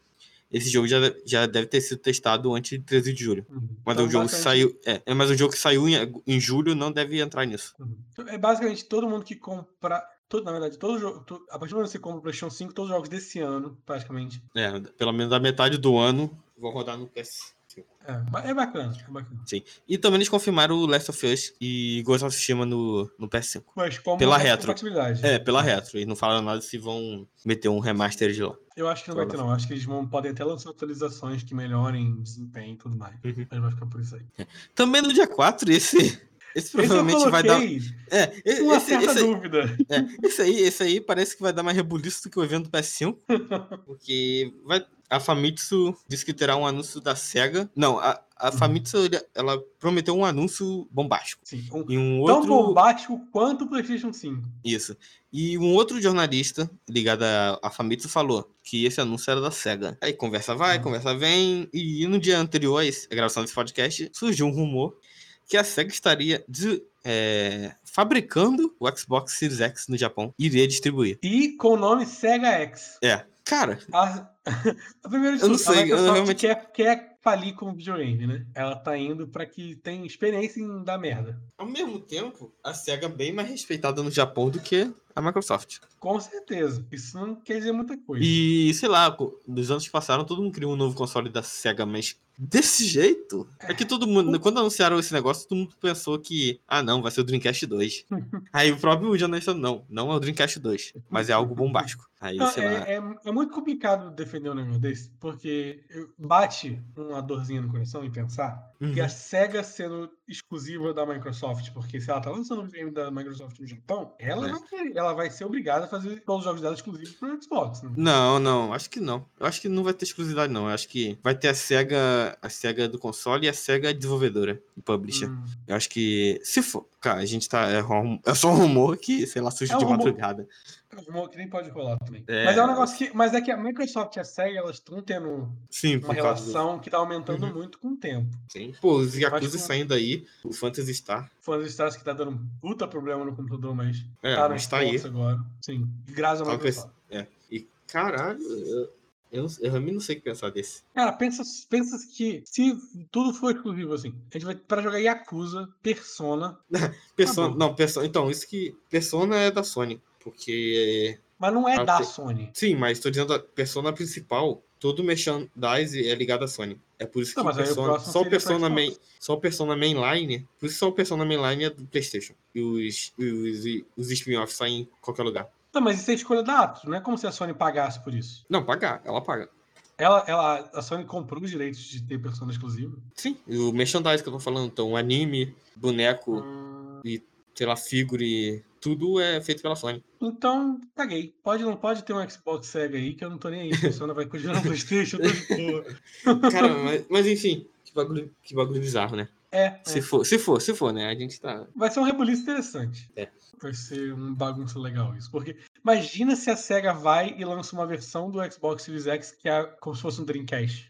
B: esse jogo já, já deve ter sido testado antes de 13 de julho.
A: Uhum.
B: Mas
A: Então,
B: o jogo que
A: basicamente-
B: saiu, é, é, mas o jogo que saiu em, ag- em julho não deve entrar nisso.
A: Uhum. Então, É basicamente todo mundo que compra. Todo, na verdade, todo jogo. to- a partir do momento que você compra o PlayStation 5, todos os jogos desse ano, praticamente.
B: É, pelo menos da metade do ano vão rodar no PS.
A: É, ba- é bacana, é bacana.
B: E também eles confirmaram o Last of Us e Ghost of Tsushima no, no PS5.
A: Mas como
B: Pela
A: é
B: retro.
A: compatibilidade.
B: É, pela retro. E não falaram nada se vão meter um remaster de lá.
A: Eu acho que não vai ter, não. Acho que eles vão, podem até lançar atualizações que melhorem desempenho e tudo mais.
B: Uhum.
A: Mas vai ficar por isso aí.
B: Também no dia 4, esse. [LAUGHS] Esse provavelmente
A: Esse eu
B: vai dar.
A: coloquei
B: É, e-
A: com uma
B: esse,
A: certa
B: esse, aí,
A: dúvida. [LAUGHS]
B: é, esse aí, esse aí parece que vai dar mais rebuliço do que o evento do PS5. Porque vai. a Famitsu disse que terá um anúncio da SEGA. Não, a, a Famitsu, ele- ela prometeu um anúncio bombástico.
A: Sim, um-
B: E um
A: Tão
B: outro...
A: bombástico quanto o PlayStation 5.
B: Isso. E um outro jornalista ligado à, à Famitsu falou que esse anúncio era da SEGA. Aí conversa vai,
A: Uhum.
B: conversa vem. E no dia anterior a, esse- a gravação desse podcast, surgiu um rumor que a SEGA estaria des- é, fabricando o Xbox Series X no Japão e iria distribuir.
A: E com o nome Sega X.
B: É. Cara,
A: A, [LAUGHS] a primeira de
B: Eu não
A: tudo,
B: sei,
A: a
B: eu
A: Microsoft
B: realmente-
A: quer, quer falir com o videogame, né? Ela tá indo pra que tenha experiência em dar merda.
B: ao mesmo tempo, a SEGA é bem mais respeitada no Japão do que a Microsoft.
A: Com certeza. Isso não quer dizer muita coisa.
B: E, sei lá, co- dos anos que passaram, todo mundo criou um novo console da SEGA, mas desse jeito? É que todo mundo, quando anunciaram esse negócio, todo mundo pensou que, ah não, vai ser o
A: [LAUGHS]
B: Dreamcast 2. Aí o próprio jornalista, não, não é o Dreamcast 2, mas é algo bombástico. Aí,
A: Não,
B: sei lá,
A: é, é- é muito complicado defender um negócio desse, porque eu- bate uma dorzinha no coração em pensar
B: uhum,
A: que a SEGA sendo exclusiva da Microsoft, porque se ela tá lançando um game da Microsoft no Japão, ela,
B: É.
A: vai, querer- ela vai ser obrigada a fazer todos os jogos dela exclusivos pro Xbox. né?
B: Não, não, acho que não. Eu acho que não vai ter exclusividade, não. Eu acho que vai ter a SEGA, a SEGA do console e a SEGA desenvolvedora e publisher.
A: Hum.
B: Eu acho que, se for, cara, a gente tá, é, rum- é só um rumor que, sei lá, surge
A: É um
B: de
A: rumor.
B: madrugada.
A: Rumor Tá que nem pode rolar também.
B: É.
A: Mas é um negócio que. Mas é que a Microsoft e a SEGA, elas estão tendo
B: Sim,
A: uma
B: por causa do-
A: relação que tá aumentando
B: Uhum.
A: muito com o tempo.
B: Sim. Pô, os
A: Acho
B: Yakuza
A: que-
B: saindo aí, o Phantasy Star.
A: Fãs de Stars que tá dando um puta problema no computador, mas
B: É,
A: tá no
B: mas tá aí.
A: esforço agora. Sim. Graças a
B: Tava
A: Microsoft.
B: pens- É. E caralho, eu, eu, não- eu realmente não sei o que pensar desse.
A: Cara, pensa, pensa que se tudo for exclusivo, assim, a gente vai pra jogar Yakuza, Persona,
B: Persona,
A: bom.
B: não, Persona, então, isso que. Persona é da Sony. Porque.
A: mas não é
B: Ah,
A: da
B: tem-
A: Sony.
B: Sim, mas tô dizendo a Persona principal, todo merchandise é ligado à Sony. É por isso que
A: Não, Tá, mas aí o
B: Persona-
A: próximo
B: só, o
A: seria pra
B: Persona
A: Xbox.
B: main, só o Persona Mainline. Por isso que só o Persona Mainline é do Playstation. E os, e os, e os spin-offs saem em qualquer lugar.
A: Não, mas isso é escolha da Atos, não é como se a Sony pagasse por isso.
B: Não, pagar, ela paga.
A: Ela, ela, a Sony comprou os direitos de ter Persona exclusivo.
B: Sim, e o merchandise que eu tô falando, então, anime, boneco,
A: Hum,
B: sei lá, figure, tudo é feito pela Sony.
A: Então, caguei. Pode não pode ter um Xbox Sega aí, que eu não tô nem aí. Persona vai continuar no Playstation, eu tô de boa.
B: Cara, [LAUGHS] mas, mas enfim, que bagulho, que bagulho bizarro, né?
A: É,
B: Se
A: é.
B: for, se for, se for, né? A gente tá.
A: Vai ser um rebuliço interessante.
B: É.
A: Vai ser um bagunço legal isso. Porque imagina se a SEGA vai e lança uma versão do Xbox Series X que é como se fosse um Dreamcast.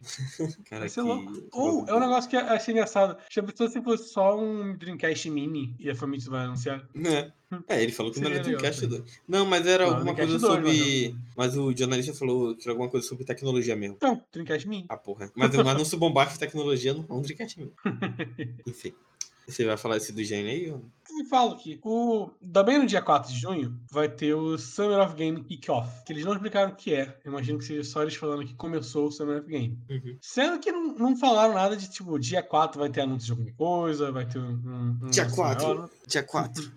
B: Cara,
A: Vai ser
B: que-
A: louco.
B: que
A: Ou
B: bagulho.
A: é um negócio que eu achei engraçado. Já pensou se fosse só um Dreamcast mini e a Famitsu vai anunciar?
B: Né? É, ele falou que não era
A: Hum. Seria legal
B: Dreamcast
A: também.
B: 2. Não, mas era
A: Não,
B: alguma coisa
A: Dreamcast
B: sobre.
A: dois,
B: Mas o jornalista falou que era alguma coisa sobre tecnologia mesmo.
A: Então, Dreamcast mini.
B: Ah, porra. Mas um anúncio bombástico de tecnologia não é um
A: [LAUGHS]
B: Dreamcast mesmo. enfim. Você vai falar esse do gênio aí? ou-
A: E falo que o... também no dia 4 de junho vai ter o Summer of Game Kickoff. Que eles não explicaram o que é. Eu imagino que seja só eles falando que começou o Summer of Game.
B: Uhum.
A: Sendo que não, não falaram nada de tipo, dia 4 vai ter anúncio de alguma coisa, vai ter um. um- um
B: Dia
A: anúncio
B: 4.
A: maior.
B: Dia 4.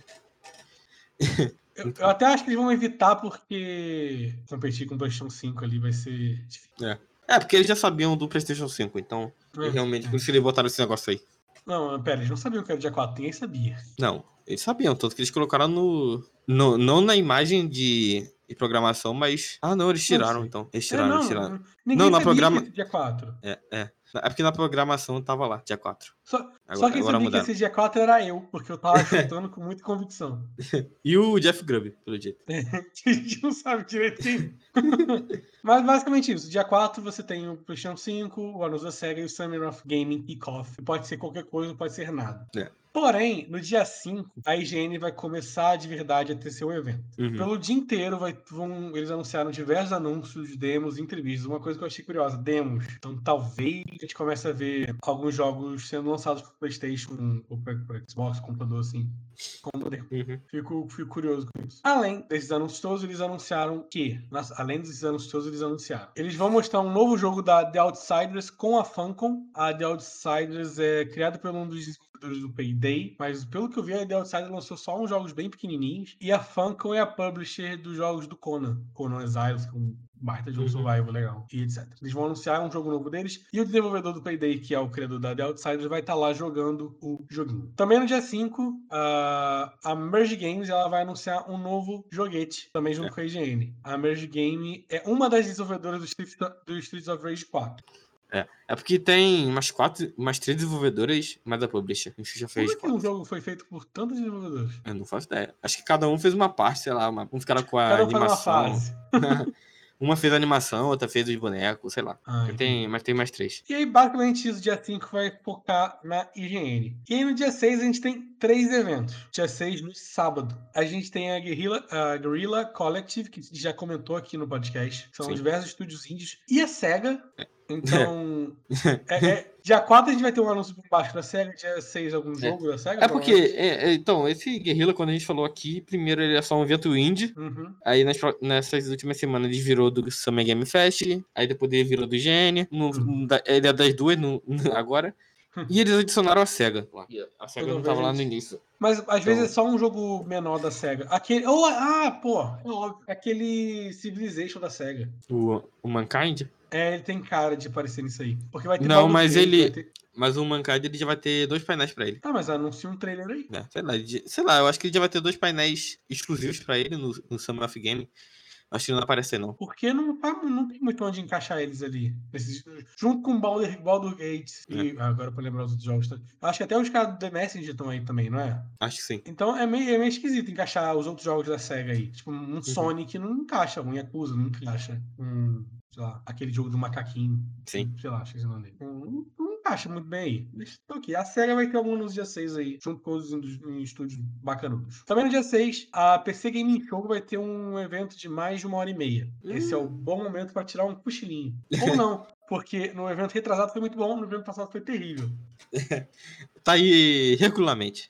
A: Eu, eu até acho que eles vão evitar porque competir com o PlayStation 5 ali vai ser difícil.
B: É, porque eles já sabiam do PlayStation 5, então.
A: né?
B: Realmente, por isso que eles botaram esse negócio aí.
A: Não, pera, eles não sabiam que era dia 4, ninguém sabia.
B: Não, eles sabiam, tanto que eles colocaram no. no- não na imagem de, de programação, mas. Ah, não, eles
A: Não
B: tiraram
A: sei.
B: então. Eles
A: É,
B: tiraram, eles
A: não,
B: tiraram.
A: Ninguém
B: Não, na
A: sabia
B: programa-
A: que ia ser dia 4.
B: É, é. É porque na programação tava lá, dia 4.
A: Só, só
B: Agora,
A: quem
B: agora
A: sabia que
B: mudaram.
A: esse dia 4 era eu, porque eu
B: [LAUGHS]
A: tava chutando com muita convicção. [LAUGHS]
B: E o Jeff Grubb, pelo jeito.
A: A gente não sabe direito quem. é. [LAUGHS] Mas basicamente isso. Dia 4 você tem o PlayStation 5, o anúncio da SEGA e o Summer of Gaming Kickoff. Pode ser qualquer coisa, pode ser nada.
B: É.
A: Porém, no dia 5, a IGN vai começar de verdade a ter seu evento.
B: Uhum.
A: Pelo dia inteiro, vai- vão- eles anunciaram diversos anúncios, demos, entrevistas. Uma coisa que eu achei curiosa, demos. Então, talvez a gente comece a ver alguns jogos sendo lançados para PlayStation ou para Xbox, computador, assim. Computador.
B: Uhum.
A: Fico, fico curioso com isso. Além desses anúncios todos, eles anunciaram que. nas- além desses anúncios todos, eles anunciaram. Eles vão mostrar um novo jogo da The Outsiders com a Funcom. A The Outsiders é criada pelo um dos distribuidores do Payday, mas pelo que eu vi, a The Outsider lançou só uns jogos bem pequenininhos. E a Funcom é a publisher dos jogos do Conan. Conan Exiles, que é um baita jogo uhum. survival legal, e etc. Eles vão anunciar um jogo novo deles, e o desenvolvedor do Payday, que é o criador da The Outsiders, vai estar tá lá jogando o joguinho. Também no dia 5, a, a Merge Games ela vai anunciar um novo joguete, também junto é. com a IGN. A Merge Game é uma das desenvolvedoras do, Street, do Streets of Rage 4.
B: É. é porque tem umas quatro, umas três desenvolvedoras, mas a publisher. A gente já fez.
A: Como é que um jogo foi feito por tantos desenvolvedores?
B: Eu não faço ideia. Acho que cada um fez uma parte, sei lá, uma, um ficaram com a cada um animação. [LAUGHS] Uma fez a animação, outra fez os bonecos, sei lá.
A: Ah, Uhum.
B: Ai, tem, mas tem mais três.
A: E aí, basicamente, isso, dia 5 vai focar na IGN. E aí, no dia 6, a gente tem três eventos. Dia 6, no sábado, a gente tem a Guerrilla, a Guerrilla Collective, que já comentou aqui no podcast. São Sim. diversos estúdios indies. E a SEGA. É.
B: [LAUGHS]
A: Então. é, é, dia 4 a gente vai ter um anúncio por baixo da SEGA, dia 6 algum jogo da SEGA.
B: É porque, então, esse Guerrilla, quando a gente falou aqui, primeiro ele é só um evento indie.
A: assim?
B: Uhum. Aí nas, nessas últimas semanas ele virou do Summer Game Fest, aí depois ele virou do Gene. Uhum. Ele é das duas no, [LAUGHS] agora. E eles adicionaram a SEGA. A SEGA não, não tava lá no início.
A: Mas às então... vezes é só um jogo menor da SEGA. Aquele. Ou, oh, ah, pô, é óbvio. Aquele Civilization da SEGA.
B: O, o Mankind?
A: É, ele tem cara de parecer nisso aí. Porque vai ter
B: Não, mas dele, ele. Ter... Mas o Mankind ele já vai ter dois painéis pra ele.
A: Ah, mas anuncia um trailer aí.
B: É, sei, lá, sei lá, eu acho que ele já vai ter dois painéis exclusivos pra ele no, no Summer of Game. Acho que não vai aparecer, não.
A: Porque não, tá, não tem muito onde encaixar eles ali. Esses, junto com Baldur, Baldur Gates. É. E agora pra lembrar os outros jogos. Tá? Acho que até os caras do The Messenger estão aí também, não é?
B: Acho que sim.
A: Então é meio, é meio esquisito encaixar os outros jogos da SEGA aí. Tipo, um uhum. Sonic não encaixa, um Yakuza não encaixa. Um, sei lá, aquele jogo do macaquinho.
B: Sim.
A: Sei lá, esqueci o nome dele. Não, não encaixa muito bem aí. Mas tô aqui. A SEGA vai ter algum nos dia 6 aí, junto com os estúdios bacanudos. Também no dia 6, a PC Gaming Show vai ter um evento de mais de uma hora e meia. Hum. Esse é o bom momento para tirar um cochilinho. Ou não. Porque no evento retrasado foi muito bom, no evento passado foi terrível.
B: tá aí regularmente.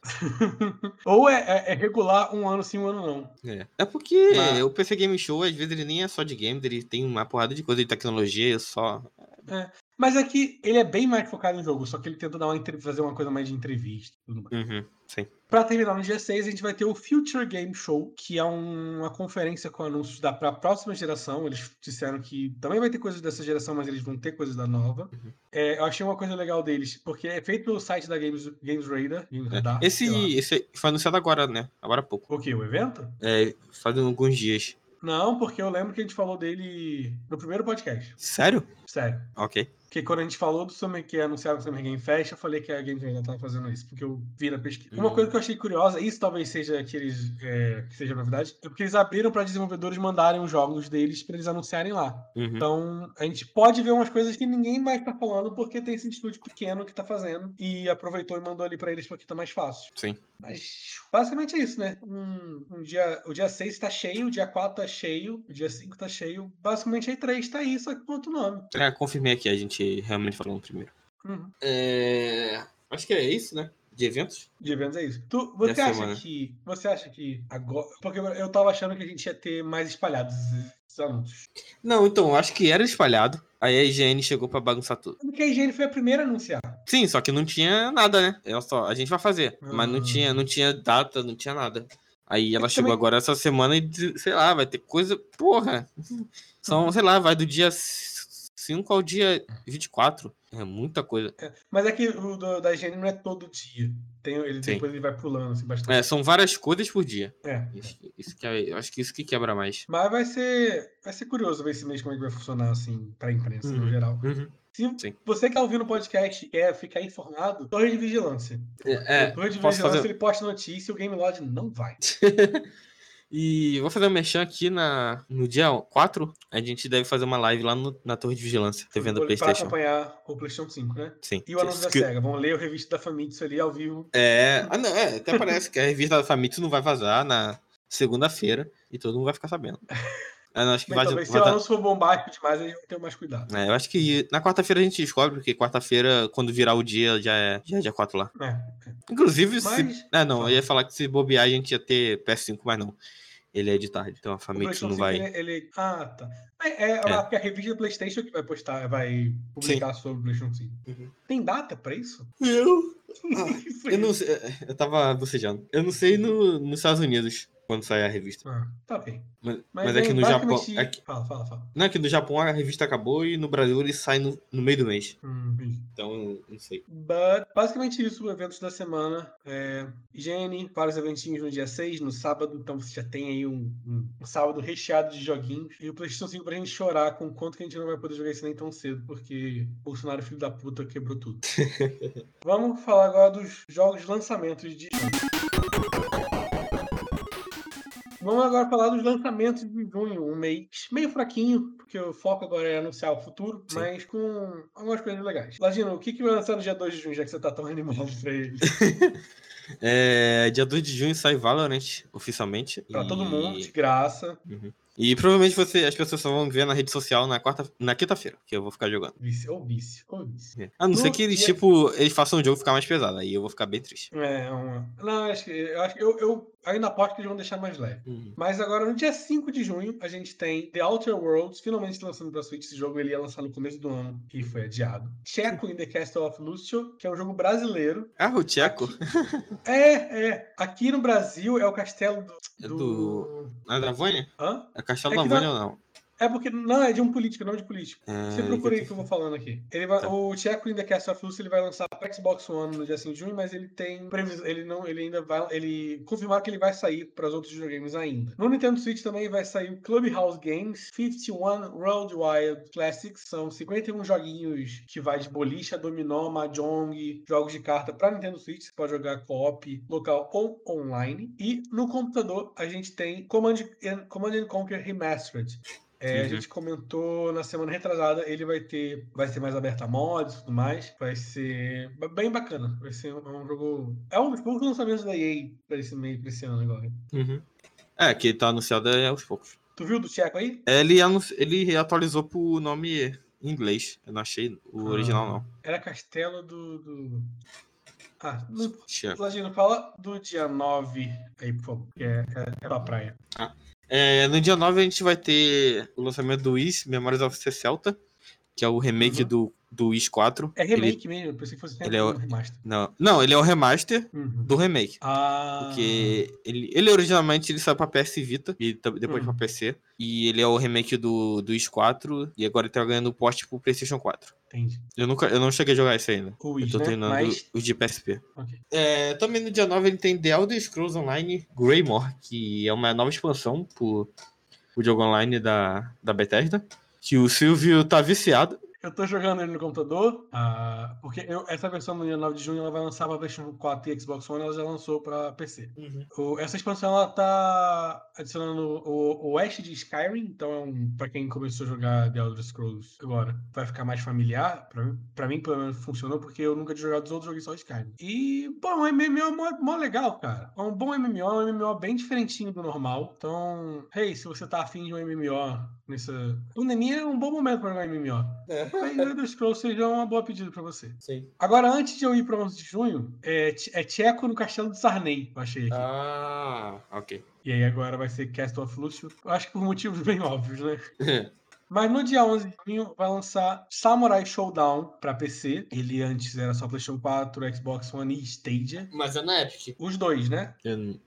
A: Ou é, é, é, regular um ano sim, um ano
B: não. É, é porque Mas... o PC Game Show, às vezes, ele nem é só de games, ele tem uma porrada de coisa de tecnologia, só.
A: É. Mas é que ele é bem mais focado no jogo, só que ele tenta dar uma, fazer uma coisa mais de entrevista e tudo mais.
B: Uhum, sim.
A: Pra terminar no dia 6, a gente vai ter o Future Game Show, que é um, uma conferência com anúncios da pra próxima geração. Eles disseram que também vai ter coisas dessa geração, mas eles vão ter coisas da nova. Uhum. É, eu achei uma coisa legal deles, porque é feito pelo site da Games, Games Radar. Games Radar
B: é. esse, esse foi anunciado agora, né? Agora há pouco.
A: O quê? O evento?
B: É, faz alguns dias.
A: Não, porque eu lembro que a gente falou dele no primeiro podcast.
B: Sério?
A: Sério.
B: Ok.
A: Porque quando a gente falou do Summer, que anunciaram o Summer Game Fest, eu falei que a Game ainda estava fazendo isso, porque eu vi na pesquisa. Uhum. Uma coisa que eu achei curiosa, isso talvez seja aqueles é, que seja novidade, é porque eles abriram para desenvolvedores mandarem os jogos deles para eles anunciarem lá. Uhum. Então, a gente pode ver umas coisas que ninguém mais está falando, porque tem esse estúdio pequeno que está fazendo e aproveitou e mandou ali para eles porque está mais fácil.
B: Sim.
A: Mas basicamente é isso, né? Um, um dia, o dia 6 está cheio, o dia 4 está cheio, o dia 5 está cheio. Basicamente aí 3 está tá aí, só que com outro nome.
B: É, confirmei aqui, a gente realmente falando primeiro. Uhum. É... Acho que é isso, né? De eventos?
A: De eventos é isso. Tu, você Dessa acha semana. que. Você acha que agora. Porque eu tava achando que a gente ia ter mais espalhados esses anúncios.
B: Não, então, acho que era espalhado. Aí a IGN chegou para bagunçar tudo.
A: Porque a IGN foi a primeira a anunciar.
B: Sim, só que não tinha nada, né? Ela só, a gente vai fazer. Uhum. Mas não tinha, não tinha data, não tinha nada. Aí ela eu chegou também... agora essa semana e, sei lá, vai ter coisa. Porra! São, uhum. sei lá, vai do dia 5 ao dia 24. É muita coisa.
A: É, mas é que o do, da higiene não é todo dia. Tem, ele, Sim. depois ele vai pulando assim, bastante.
B: É, são várias coisas por dia.
A: É.
B: Isso, isso que, é, eu acho que isso que quebra mais.
A: Mas vai ser, vai ser curioso ver esse mês como é que vai funcionar assim pra imprensa uhum. no geral.
B: Uhum.
A: Se Sim. você que tá ouvindo o podcast quer ficar informado, torre de vigilância.
B: É,
A: torre de vigilância fazer... ele posta notícia e o Game Lodge não vai.
B: E vou fazer um merchan aqui na, no dia 4. A gente deve fazer uma live lá no, na Torre de Vigilância, TV do PlayStation.
A: Pra acompanhar o PlayStation 5, né?
B: Sim.
A: E o anúncio que... da SEGA. Vão ler o revista da Famitsu ali ao vivo.
B: É, ah, não, é até parece que a revista da Famitsu não vai vazar na segunda-feira e todo mundo vai ficar [LAUGHS] sabendo.
A: Ah, não, acho que Bem, vai, talvez vai, se o anúncio for bombástico demais, a gente vai ter mais cuidado.
B: tá- É, eu acho que na quarta-feira a gente descobre, porque quarta-feira, quando virar o dia, já é, já é dia 4 lá.
A: É,
B: Inclusive, mas... se... Ah, não, eu ia falar que se bobear a gente ia ter PS5, mas não. ele é de tarde. Então a Famitsu não vai.
A: Ele, ele- Ah, tá. É, é,
B: É.
A: porque a revista do PlayStation que vai postar, vai publicar sobre o PlayStation 5.
B: Uhum.
A: Tem data pra isso?
B: Eu?
A: [LAUGHS] Isso aí.
B: Eu não sei. é, Eu tava bocejando. Eu não sei no, nos Estados Unidos quando sai a revista.
A: Ah, tá bem.
B: Mas, mas, aqui
A: é
B: no Japão.
A: basicamente-
B: Aqui,
A: Fala, fala, fala.
B: não, aqui no Japão a revista acabou e no Brasil ele sai no, no meio do mês.
A: Hum, entendi.
B: Então eu não sei.
A: But, basicamente isso, eventos da semana. É, higiene, vários eventinhos no dia 6, no sábado, então você já tem aí um, um- um sábado recheado de joguinhos. E o Playstation 5 pra gente chorar com o quanto que a gente não vai poder jogar isso nem tão cedo, porque Bolsonaro, filho da puta, quebrou tudo. Vamos falar agora dos jogos de lançamentos de. Vamos agora falar dos lançamentos de junho, um mês meio fraquinho, porque o foco agora é anunciar o futuro,
B: Sim.
A: mas com algumas coisas legais. Lagino, o que, que vai lançar no dia 2 de junho, já que você tá tão animado pra ele?
B: É, dia 2 de junho sai Valorant oficialmente.
A: Pra todo
B: e-
A: mundo, de graça.
B: E provavelmente você, as pessoas só vão ver na rede social na quarta, na quinta-feira, que eu vou ficar jogando.
A: Vício, ou vício, ou vício.
B: É. A não ser
A: No
B: que eles,
A: dia-
B: tipo, eles façam o jogo ficar mais pesado. Aí eu vou ficar bem triste.
A: É, uma... Não, acho que, eu, acho que eu, eu ainda aposto que eles vão deixar mais leve. Mas agora, no dia 5 de junho, a gente tem The Outer Worlds finalmente lançando pra Switch. Esse jogo ele ia lançar no começo do ano e foi adiado. Checo in the Castle of Lucio, que é um jogo brasileiro.
B: Ah, o Tcheco?
A: É, é. Aqui no Brasil é o castelo do.
B: É do- Na Dravônia?
A: Hã?
B: É Castelo
A: É
B: da
A: que
B: Vânia ou não?
A: É porque. Não, é de um político, não de político. Você
B: Ah,
A: procura aí
B: eu-
A: o que eu vou falando aqui. Ele vai,
B: Tá.
A: O Checo in the Castle of Lucio, ele vai lançar para Xbox One no dia 5 de junho, mas ele tem previsão. Ele não, ele ainda vai. Ele confirmaram que ele vai sair para os outros videogames ainda. No Nintendo Switch também vai sair o Clubhouse Games 51 World Wild Classics. São 51 joguinhos que vai de boliche a dominó, mahjong, jogos de carta para Nintendo Switch. Você pode jogar co-op local ou online. E no computador a gente tem Command, and- Command and Conquer Remastered. É, A
B: Uhum.
A: gente comentou na semana retrasada, ele vai ter, vai ser mais aberto a mods e tudo mais. Vai ser ba- bem bacana. Vai ser um, um jogo. É um dos poucos lançamentos da EA pra esse meio pra esse ano agora.
B: Uhum. É, que tá anunciado é aos poucos.
A: Tu viu do Tcheco aí?
B: É, Ele, anun- ele atualizou pro nome em inglês. Eu não achei o original,
A: Ah.
B: não.
A: Era Castelo do. do... Ah, não.
B: Tcheco.
A: Lagino, fala do dia 9 aí, por favor, que é, é, é pra praia.
B: É, no dia 9 a gente vai ter o lançamento do Is, Memories of the Celta, que é o remake
A: Uhum.
B: do, do Is 4.
A: É
B: Ele-
A: remake mesmo, pensei que fosse
B: ele é o-
A: um remaster.
B: Não, não, ele é o remaster
A: Uhum.
B: do remake.
A: Ah.
B: Porque ele, ele originalmente ele saiu pra PS Vita e tam- depois
A: Uhum.
B: pra PC. E ele é o remake do, do X4 e agora ele tá ganhando porte pro PlayStation 4.
A: Entendi.
B: Eu, nunca, eu não cheguei a jogar isso ainda.
A: O
B: Eu
A: Wish,
B: tô
A: né?
B: treinando
A: Mas
B: os de PSP.
A: Ok.
B: É, também no dia 9 ele tem The Elder Scrolls Online Greymore, que é uma nova expansão pro, pro jogo online da, da Bethesda. Que o Silvio tá viciado.
A: Eu tô jogando ele no computador, ah, porque eu- essa versão no dia 9 de junho ela vai lançar pra PlayStation 4 e Xbox One, ela já lançou pra PC. O- essa expansão ela tá adicionando o, o oeste de Skyrim, então é um, pra quem começou a jogar The Elder Scrolls agora, vai ficar mais familiar. Pra, mim- pra mim, pelo menos, funcionou, porque eu nunca tinha jogado os outros, joguei só Skyrim. E, bom, o MMO é mó, mó legal, cara. É um bom MMO, é um MMO bem diferentinho do normal. Então, hey, se você tá afim de um MMO nessa. Pandemia é um bom momento pra jogar MMO. Talvez Elder Scrolls seja uma boa pedida pra você.
B: Sim.
A: Agora, antes de eu ir pra 11 de junho, é, Tche- é Tcheco no Castelo de Sarney, eu achei aqui.
B: Ah, [LAUGHS] ok.
A: E aí agora vai ser Castle of Lucio. Eu acho que por motivos bem óbvios, né? Mas no dia 11 de junho vai lançar Samurai Showdown pra PC. Ele antes era só PlayStation 4, Xbox One e Stadia.
B: Mas é na Epic.
A: Os dois, né?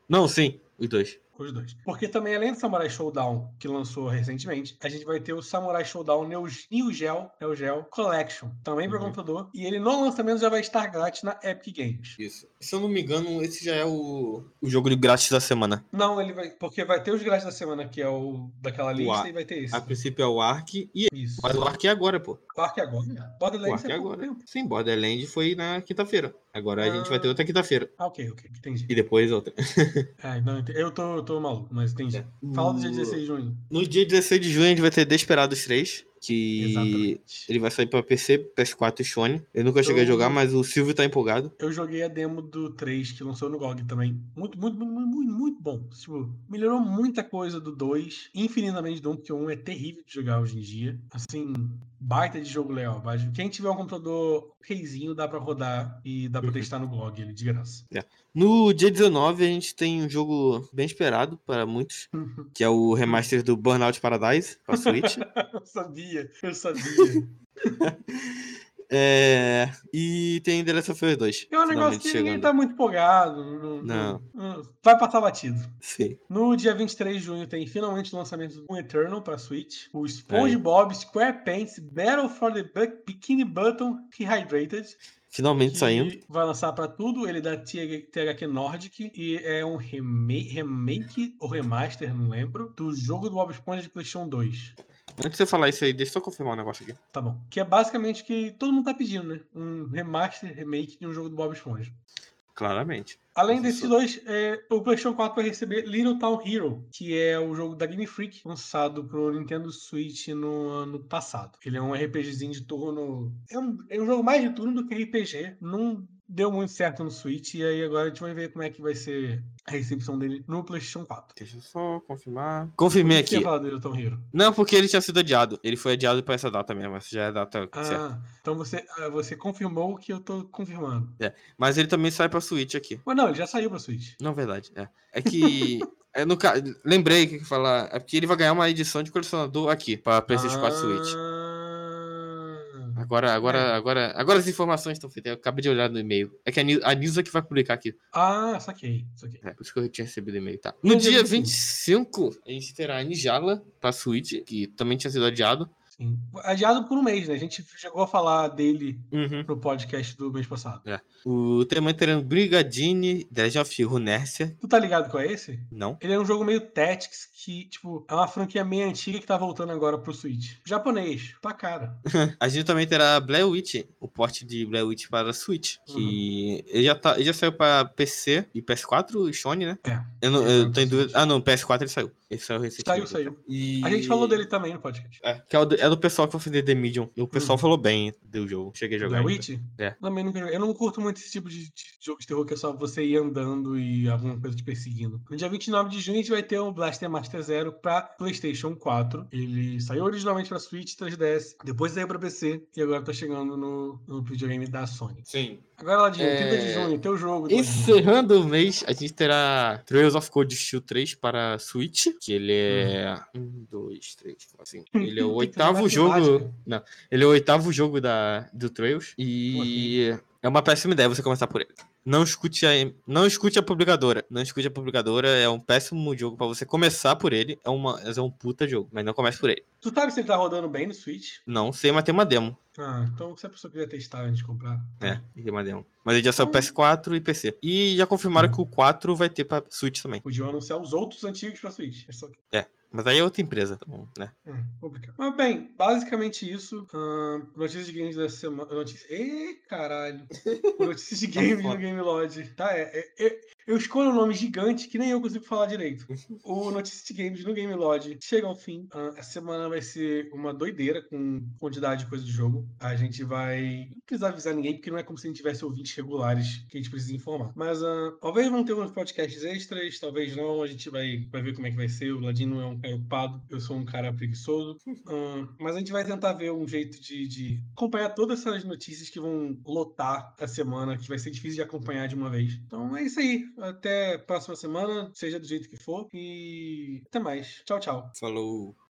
B: Não, sim, os dois.
A: Os dois. Porque também, além do Samurai Showdown, que lançou recentemente, a gente vai ter o Samurai Showdown Neo, Neo Geo, Neo Geo Collection, também para
B: Uhum.
A: computador. E ele no lançamento já vai estar grátis na Epic Games.
B: Isso. Se eu não me engano, esse já é o, o jogo de grátis da semana.
A: Não, ele vai. Porque vai ter os grátis da semana, que é o daquela lista,
B: Uau.
A: e vai ter esse.
B: A princípio é o Ark e
A: Isso.
B: mas o Ark é agora, pô.
A: Claro que agora.
B: O
A: Borderlands
B: Ark
A: é
B: é
A: pouco
B: agora.
A: tempo.
B: Sim, Borderland foi na quinta-feira. Agora a gente vai ter outra quinta-feira.
A: Ah, ok, ok. Entendi.
B: E depois outra.
A: Ah, não, ente- eu tô, eu tô maluco, mas entendi. Fala do dia 16 de junho.
B: No dia 16 de junho a gente vai ter Desperados 3, que
A: Exatamente.
B: ele vai sair pra PC, PS4 e Sony. Eu nunca cheguei a jogar, mas o Silvio tá empolgado.
A: Eu joguei a demo do 3 que lançou no GOG também. Muito, muito, muito, muito, muito, muito bom. Tipo, melhorou muita coisa do 2, infinitamente do 1, porque o 1 é terrível de jogar hoje em dia. Assim, baita de jogo legal. Mas Quem tiver um computador reizinho dá pra rodar e dá pra testar no blog ele de [LAUGHS] graça.
B: No dia 19, a gente tem um jogo bem esperado para muitos, que é o remaster do Burnout Paradise pra [LAUGHS] Switch.
A: eu sabia, eu sabia.
B: É, E tem The Last of Us 2.
A: É um negócio
B: finalmente
A: que ninguém
B: chegando.
A: tá muito empolgado. Não,
B: Não.
A: não- Vai passar batido.
B: Sim.
A: No dia 23 de junho tem finalmente o lançamento do Eternal pra Switch, o
B: Aí.
A: SpongeBob SquarePants Battle for the Bu- Bikini Button Rehydrated,
B: Finalmente
A: que
B: saindo.
A: vai lançar pra tudo. Ele é da TH THQ Nordic e é um remake, remake ou remaster, não lembro, do jogo do Bob Esponja de PlayStation 2.
B: Antes de você falar isso aí, deixa eu só confirmar um negócio aqui.
A: Tá bom. Que é basicamente o que todo mundo tá pedindo, né? Um remaster, remake de um jogo do Bob Esponja.
B: Claramente.
A: Além
B: Nossa,
A: desses
B: isso-
A: dois, é, o PlayStation 4 vai receber Little Town Hero, que é o jogo da Game Freak, lançado pro Nintendo Switch no ano passado. Ele é um RPGzinho de turno. É um, é um jogo mais de turno do que RPG. Não deu muito certo no Switch, e aí agora a gente vai ver como é que vai ser a recepção dele no PlayStation 4.
B: Deixa eu só confirmar. Confirmei
A: O que Você
B: aqui.
A: ia falar do Little Town Hero.
B: Não, porque ele tinha sido adiado. Ele foi adiado pra essa data mesmo. Essa já é a data certa.
A: Ah, então você, ah, você confirmou o que eu tô confirmando.
B: Mas ele também sai pra Switch aqui.
A: Mas não, ele já saiu pra Switch.
B: Não, verdade. É, é que. é no ca... Lembrei que eu ia falar. É porque ele vai ganhar uma edição de colecionador aqui, pra PlayStation 4 Switch.
A: Ah.
B: Agora, agora, agora, agora as informações estão feitas. Eu acabei de olhar no e-mail. É que a Ni- a Nilza que vai publicar aqui.
A: Ah, saquei, saquei.
B: É, por isso que eu tinha recebido e-mail, tá?
A: No
B: No
A: dia
B: dia 25, a gente terá a Nijala pra Switch, que também tinha sido adiado.
A: Sim. Adiado por um mês, né? A gente chegou a falar dele
B: Uhum.
A: no podcast do mês passado.
B: O também terá Brigadine, The Legend of Runersia.
A: Tu tá ligado qual é esse?
B: Não.
A: Ele é um jogo meio Tactics que, tipo, é uma franquia meio antiga que tá voltando agora pro Switch. Japonês, tá cara.
B: A gente também terá Blair Witch, o porte de Blair Witch para Switch.
A: Uhum.
B: Que ele, já tá, ele já saiu para PC e PS4 e Sony, né?
A: É.
B: Eu não,
A: Ele
B: eu
A: saiu pra
B: tenho dúvida. Ah, não, PS4 ele saiu. Ele saiu
A: Saiu,
B: recentemente.
A: saiu.
B: E-
A: A gente falou dele também no podcast.
B: É, que é o do, é do pessoal que vai fazer The Medium. E o pessoal falou bem do jogo. Cheguei a jogar.
A: The
B: ainda.
A: Uhum. Witch?
B: É.
A: Também nunca joguei. Eu não curto muito esse tipo de, de jogo de terror que é só você ir andando e alguma coisa te perseguindo. No dia 29 de junho a gente vai ter o Blaster Master Zero pra PlayStation 4. Ele saiu originalmente pra Switch 3DS, depois saiu pra PC e agora tá chegando no, no videogame da Sony.
B: Sim.
A: Agora, Ladinho,
B: É,
A: 30 de junho, teu jogo. Ladinho.
B: Encerrando o mês, a gente terá Trails of Cold Steel 3 para Switch, que ele é. Um, dois, três,
A: [LAUGHS]
B: quatro, cinco. Ele é o
A: Hum. Tem que fazer
B: oitavo
A: matemática.
B: jogo. Não, ele é o oitavo jogo da, do Trails. E é uma péssima ideia você começar por ele. Não escute, a, não escute a publicadora. Não escute a publicadora. É um péssimo jogo para você começar por ele. É, uma, é um puta jogo, mas não comece por ele.
A: Tu sabe se ele tá rodando bem no Switch?
B: Não sei, mas tem uma demo.
A: Ah, então se a pessoa quiser testar antes de comprar.
B: É, tem uma demo. Mas ele já
A: Ah.
B: saiu PS4 e PC. E já
A: Hum.
B: confirmaram que o 4 vai ter para Switch também.
A: Podiam anunciar os outros antigos pra Switch. É só que-
B: Mas aí é outra empresa, tá bom, né?
A: É, complicado. Mas bem, basicamente isso. Ah, notícias de games da semana. Notícias... Ê,
B: [LAUGHS]
A: caralho. Notícias de
B: Tá
A: games no
B: foda.
A: Game Lodge. Tá, é, é- é- eu escolho um nome gigante que nem eu consigo falar direito. O Notícias de Games no Game Lodge chega ao fim. Ah, essa semana vai ser uma doideira com quantidade de coisa de jogo. A gente vai. Não precisa avisar ninguém, porque não é como se a gente tivesse ouvintes regulares que a gente precisa informar. Mas ah, talvez vão ter uns podcasts extras, talvez não. A gente vai, vai ver como é que vai ser. O Ladino é um cara ocupado, eu sou um cara preguiçoso. Hum, mas a gente vai tentar ver um jeito de, de acompanhar todas essas notícias que vão lotar a semana, que vai ser difícil de acompanhar de uma vez. Então é isso aí. Até a próxima semana, seja do jeito que for. E até mais. Tchau, tchau.
B: Falou.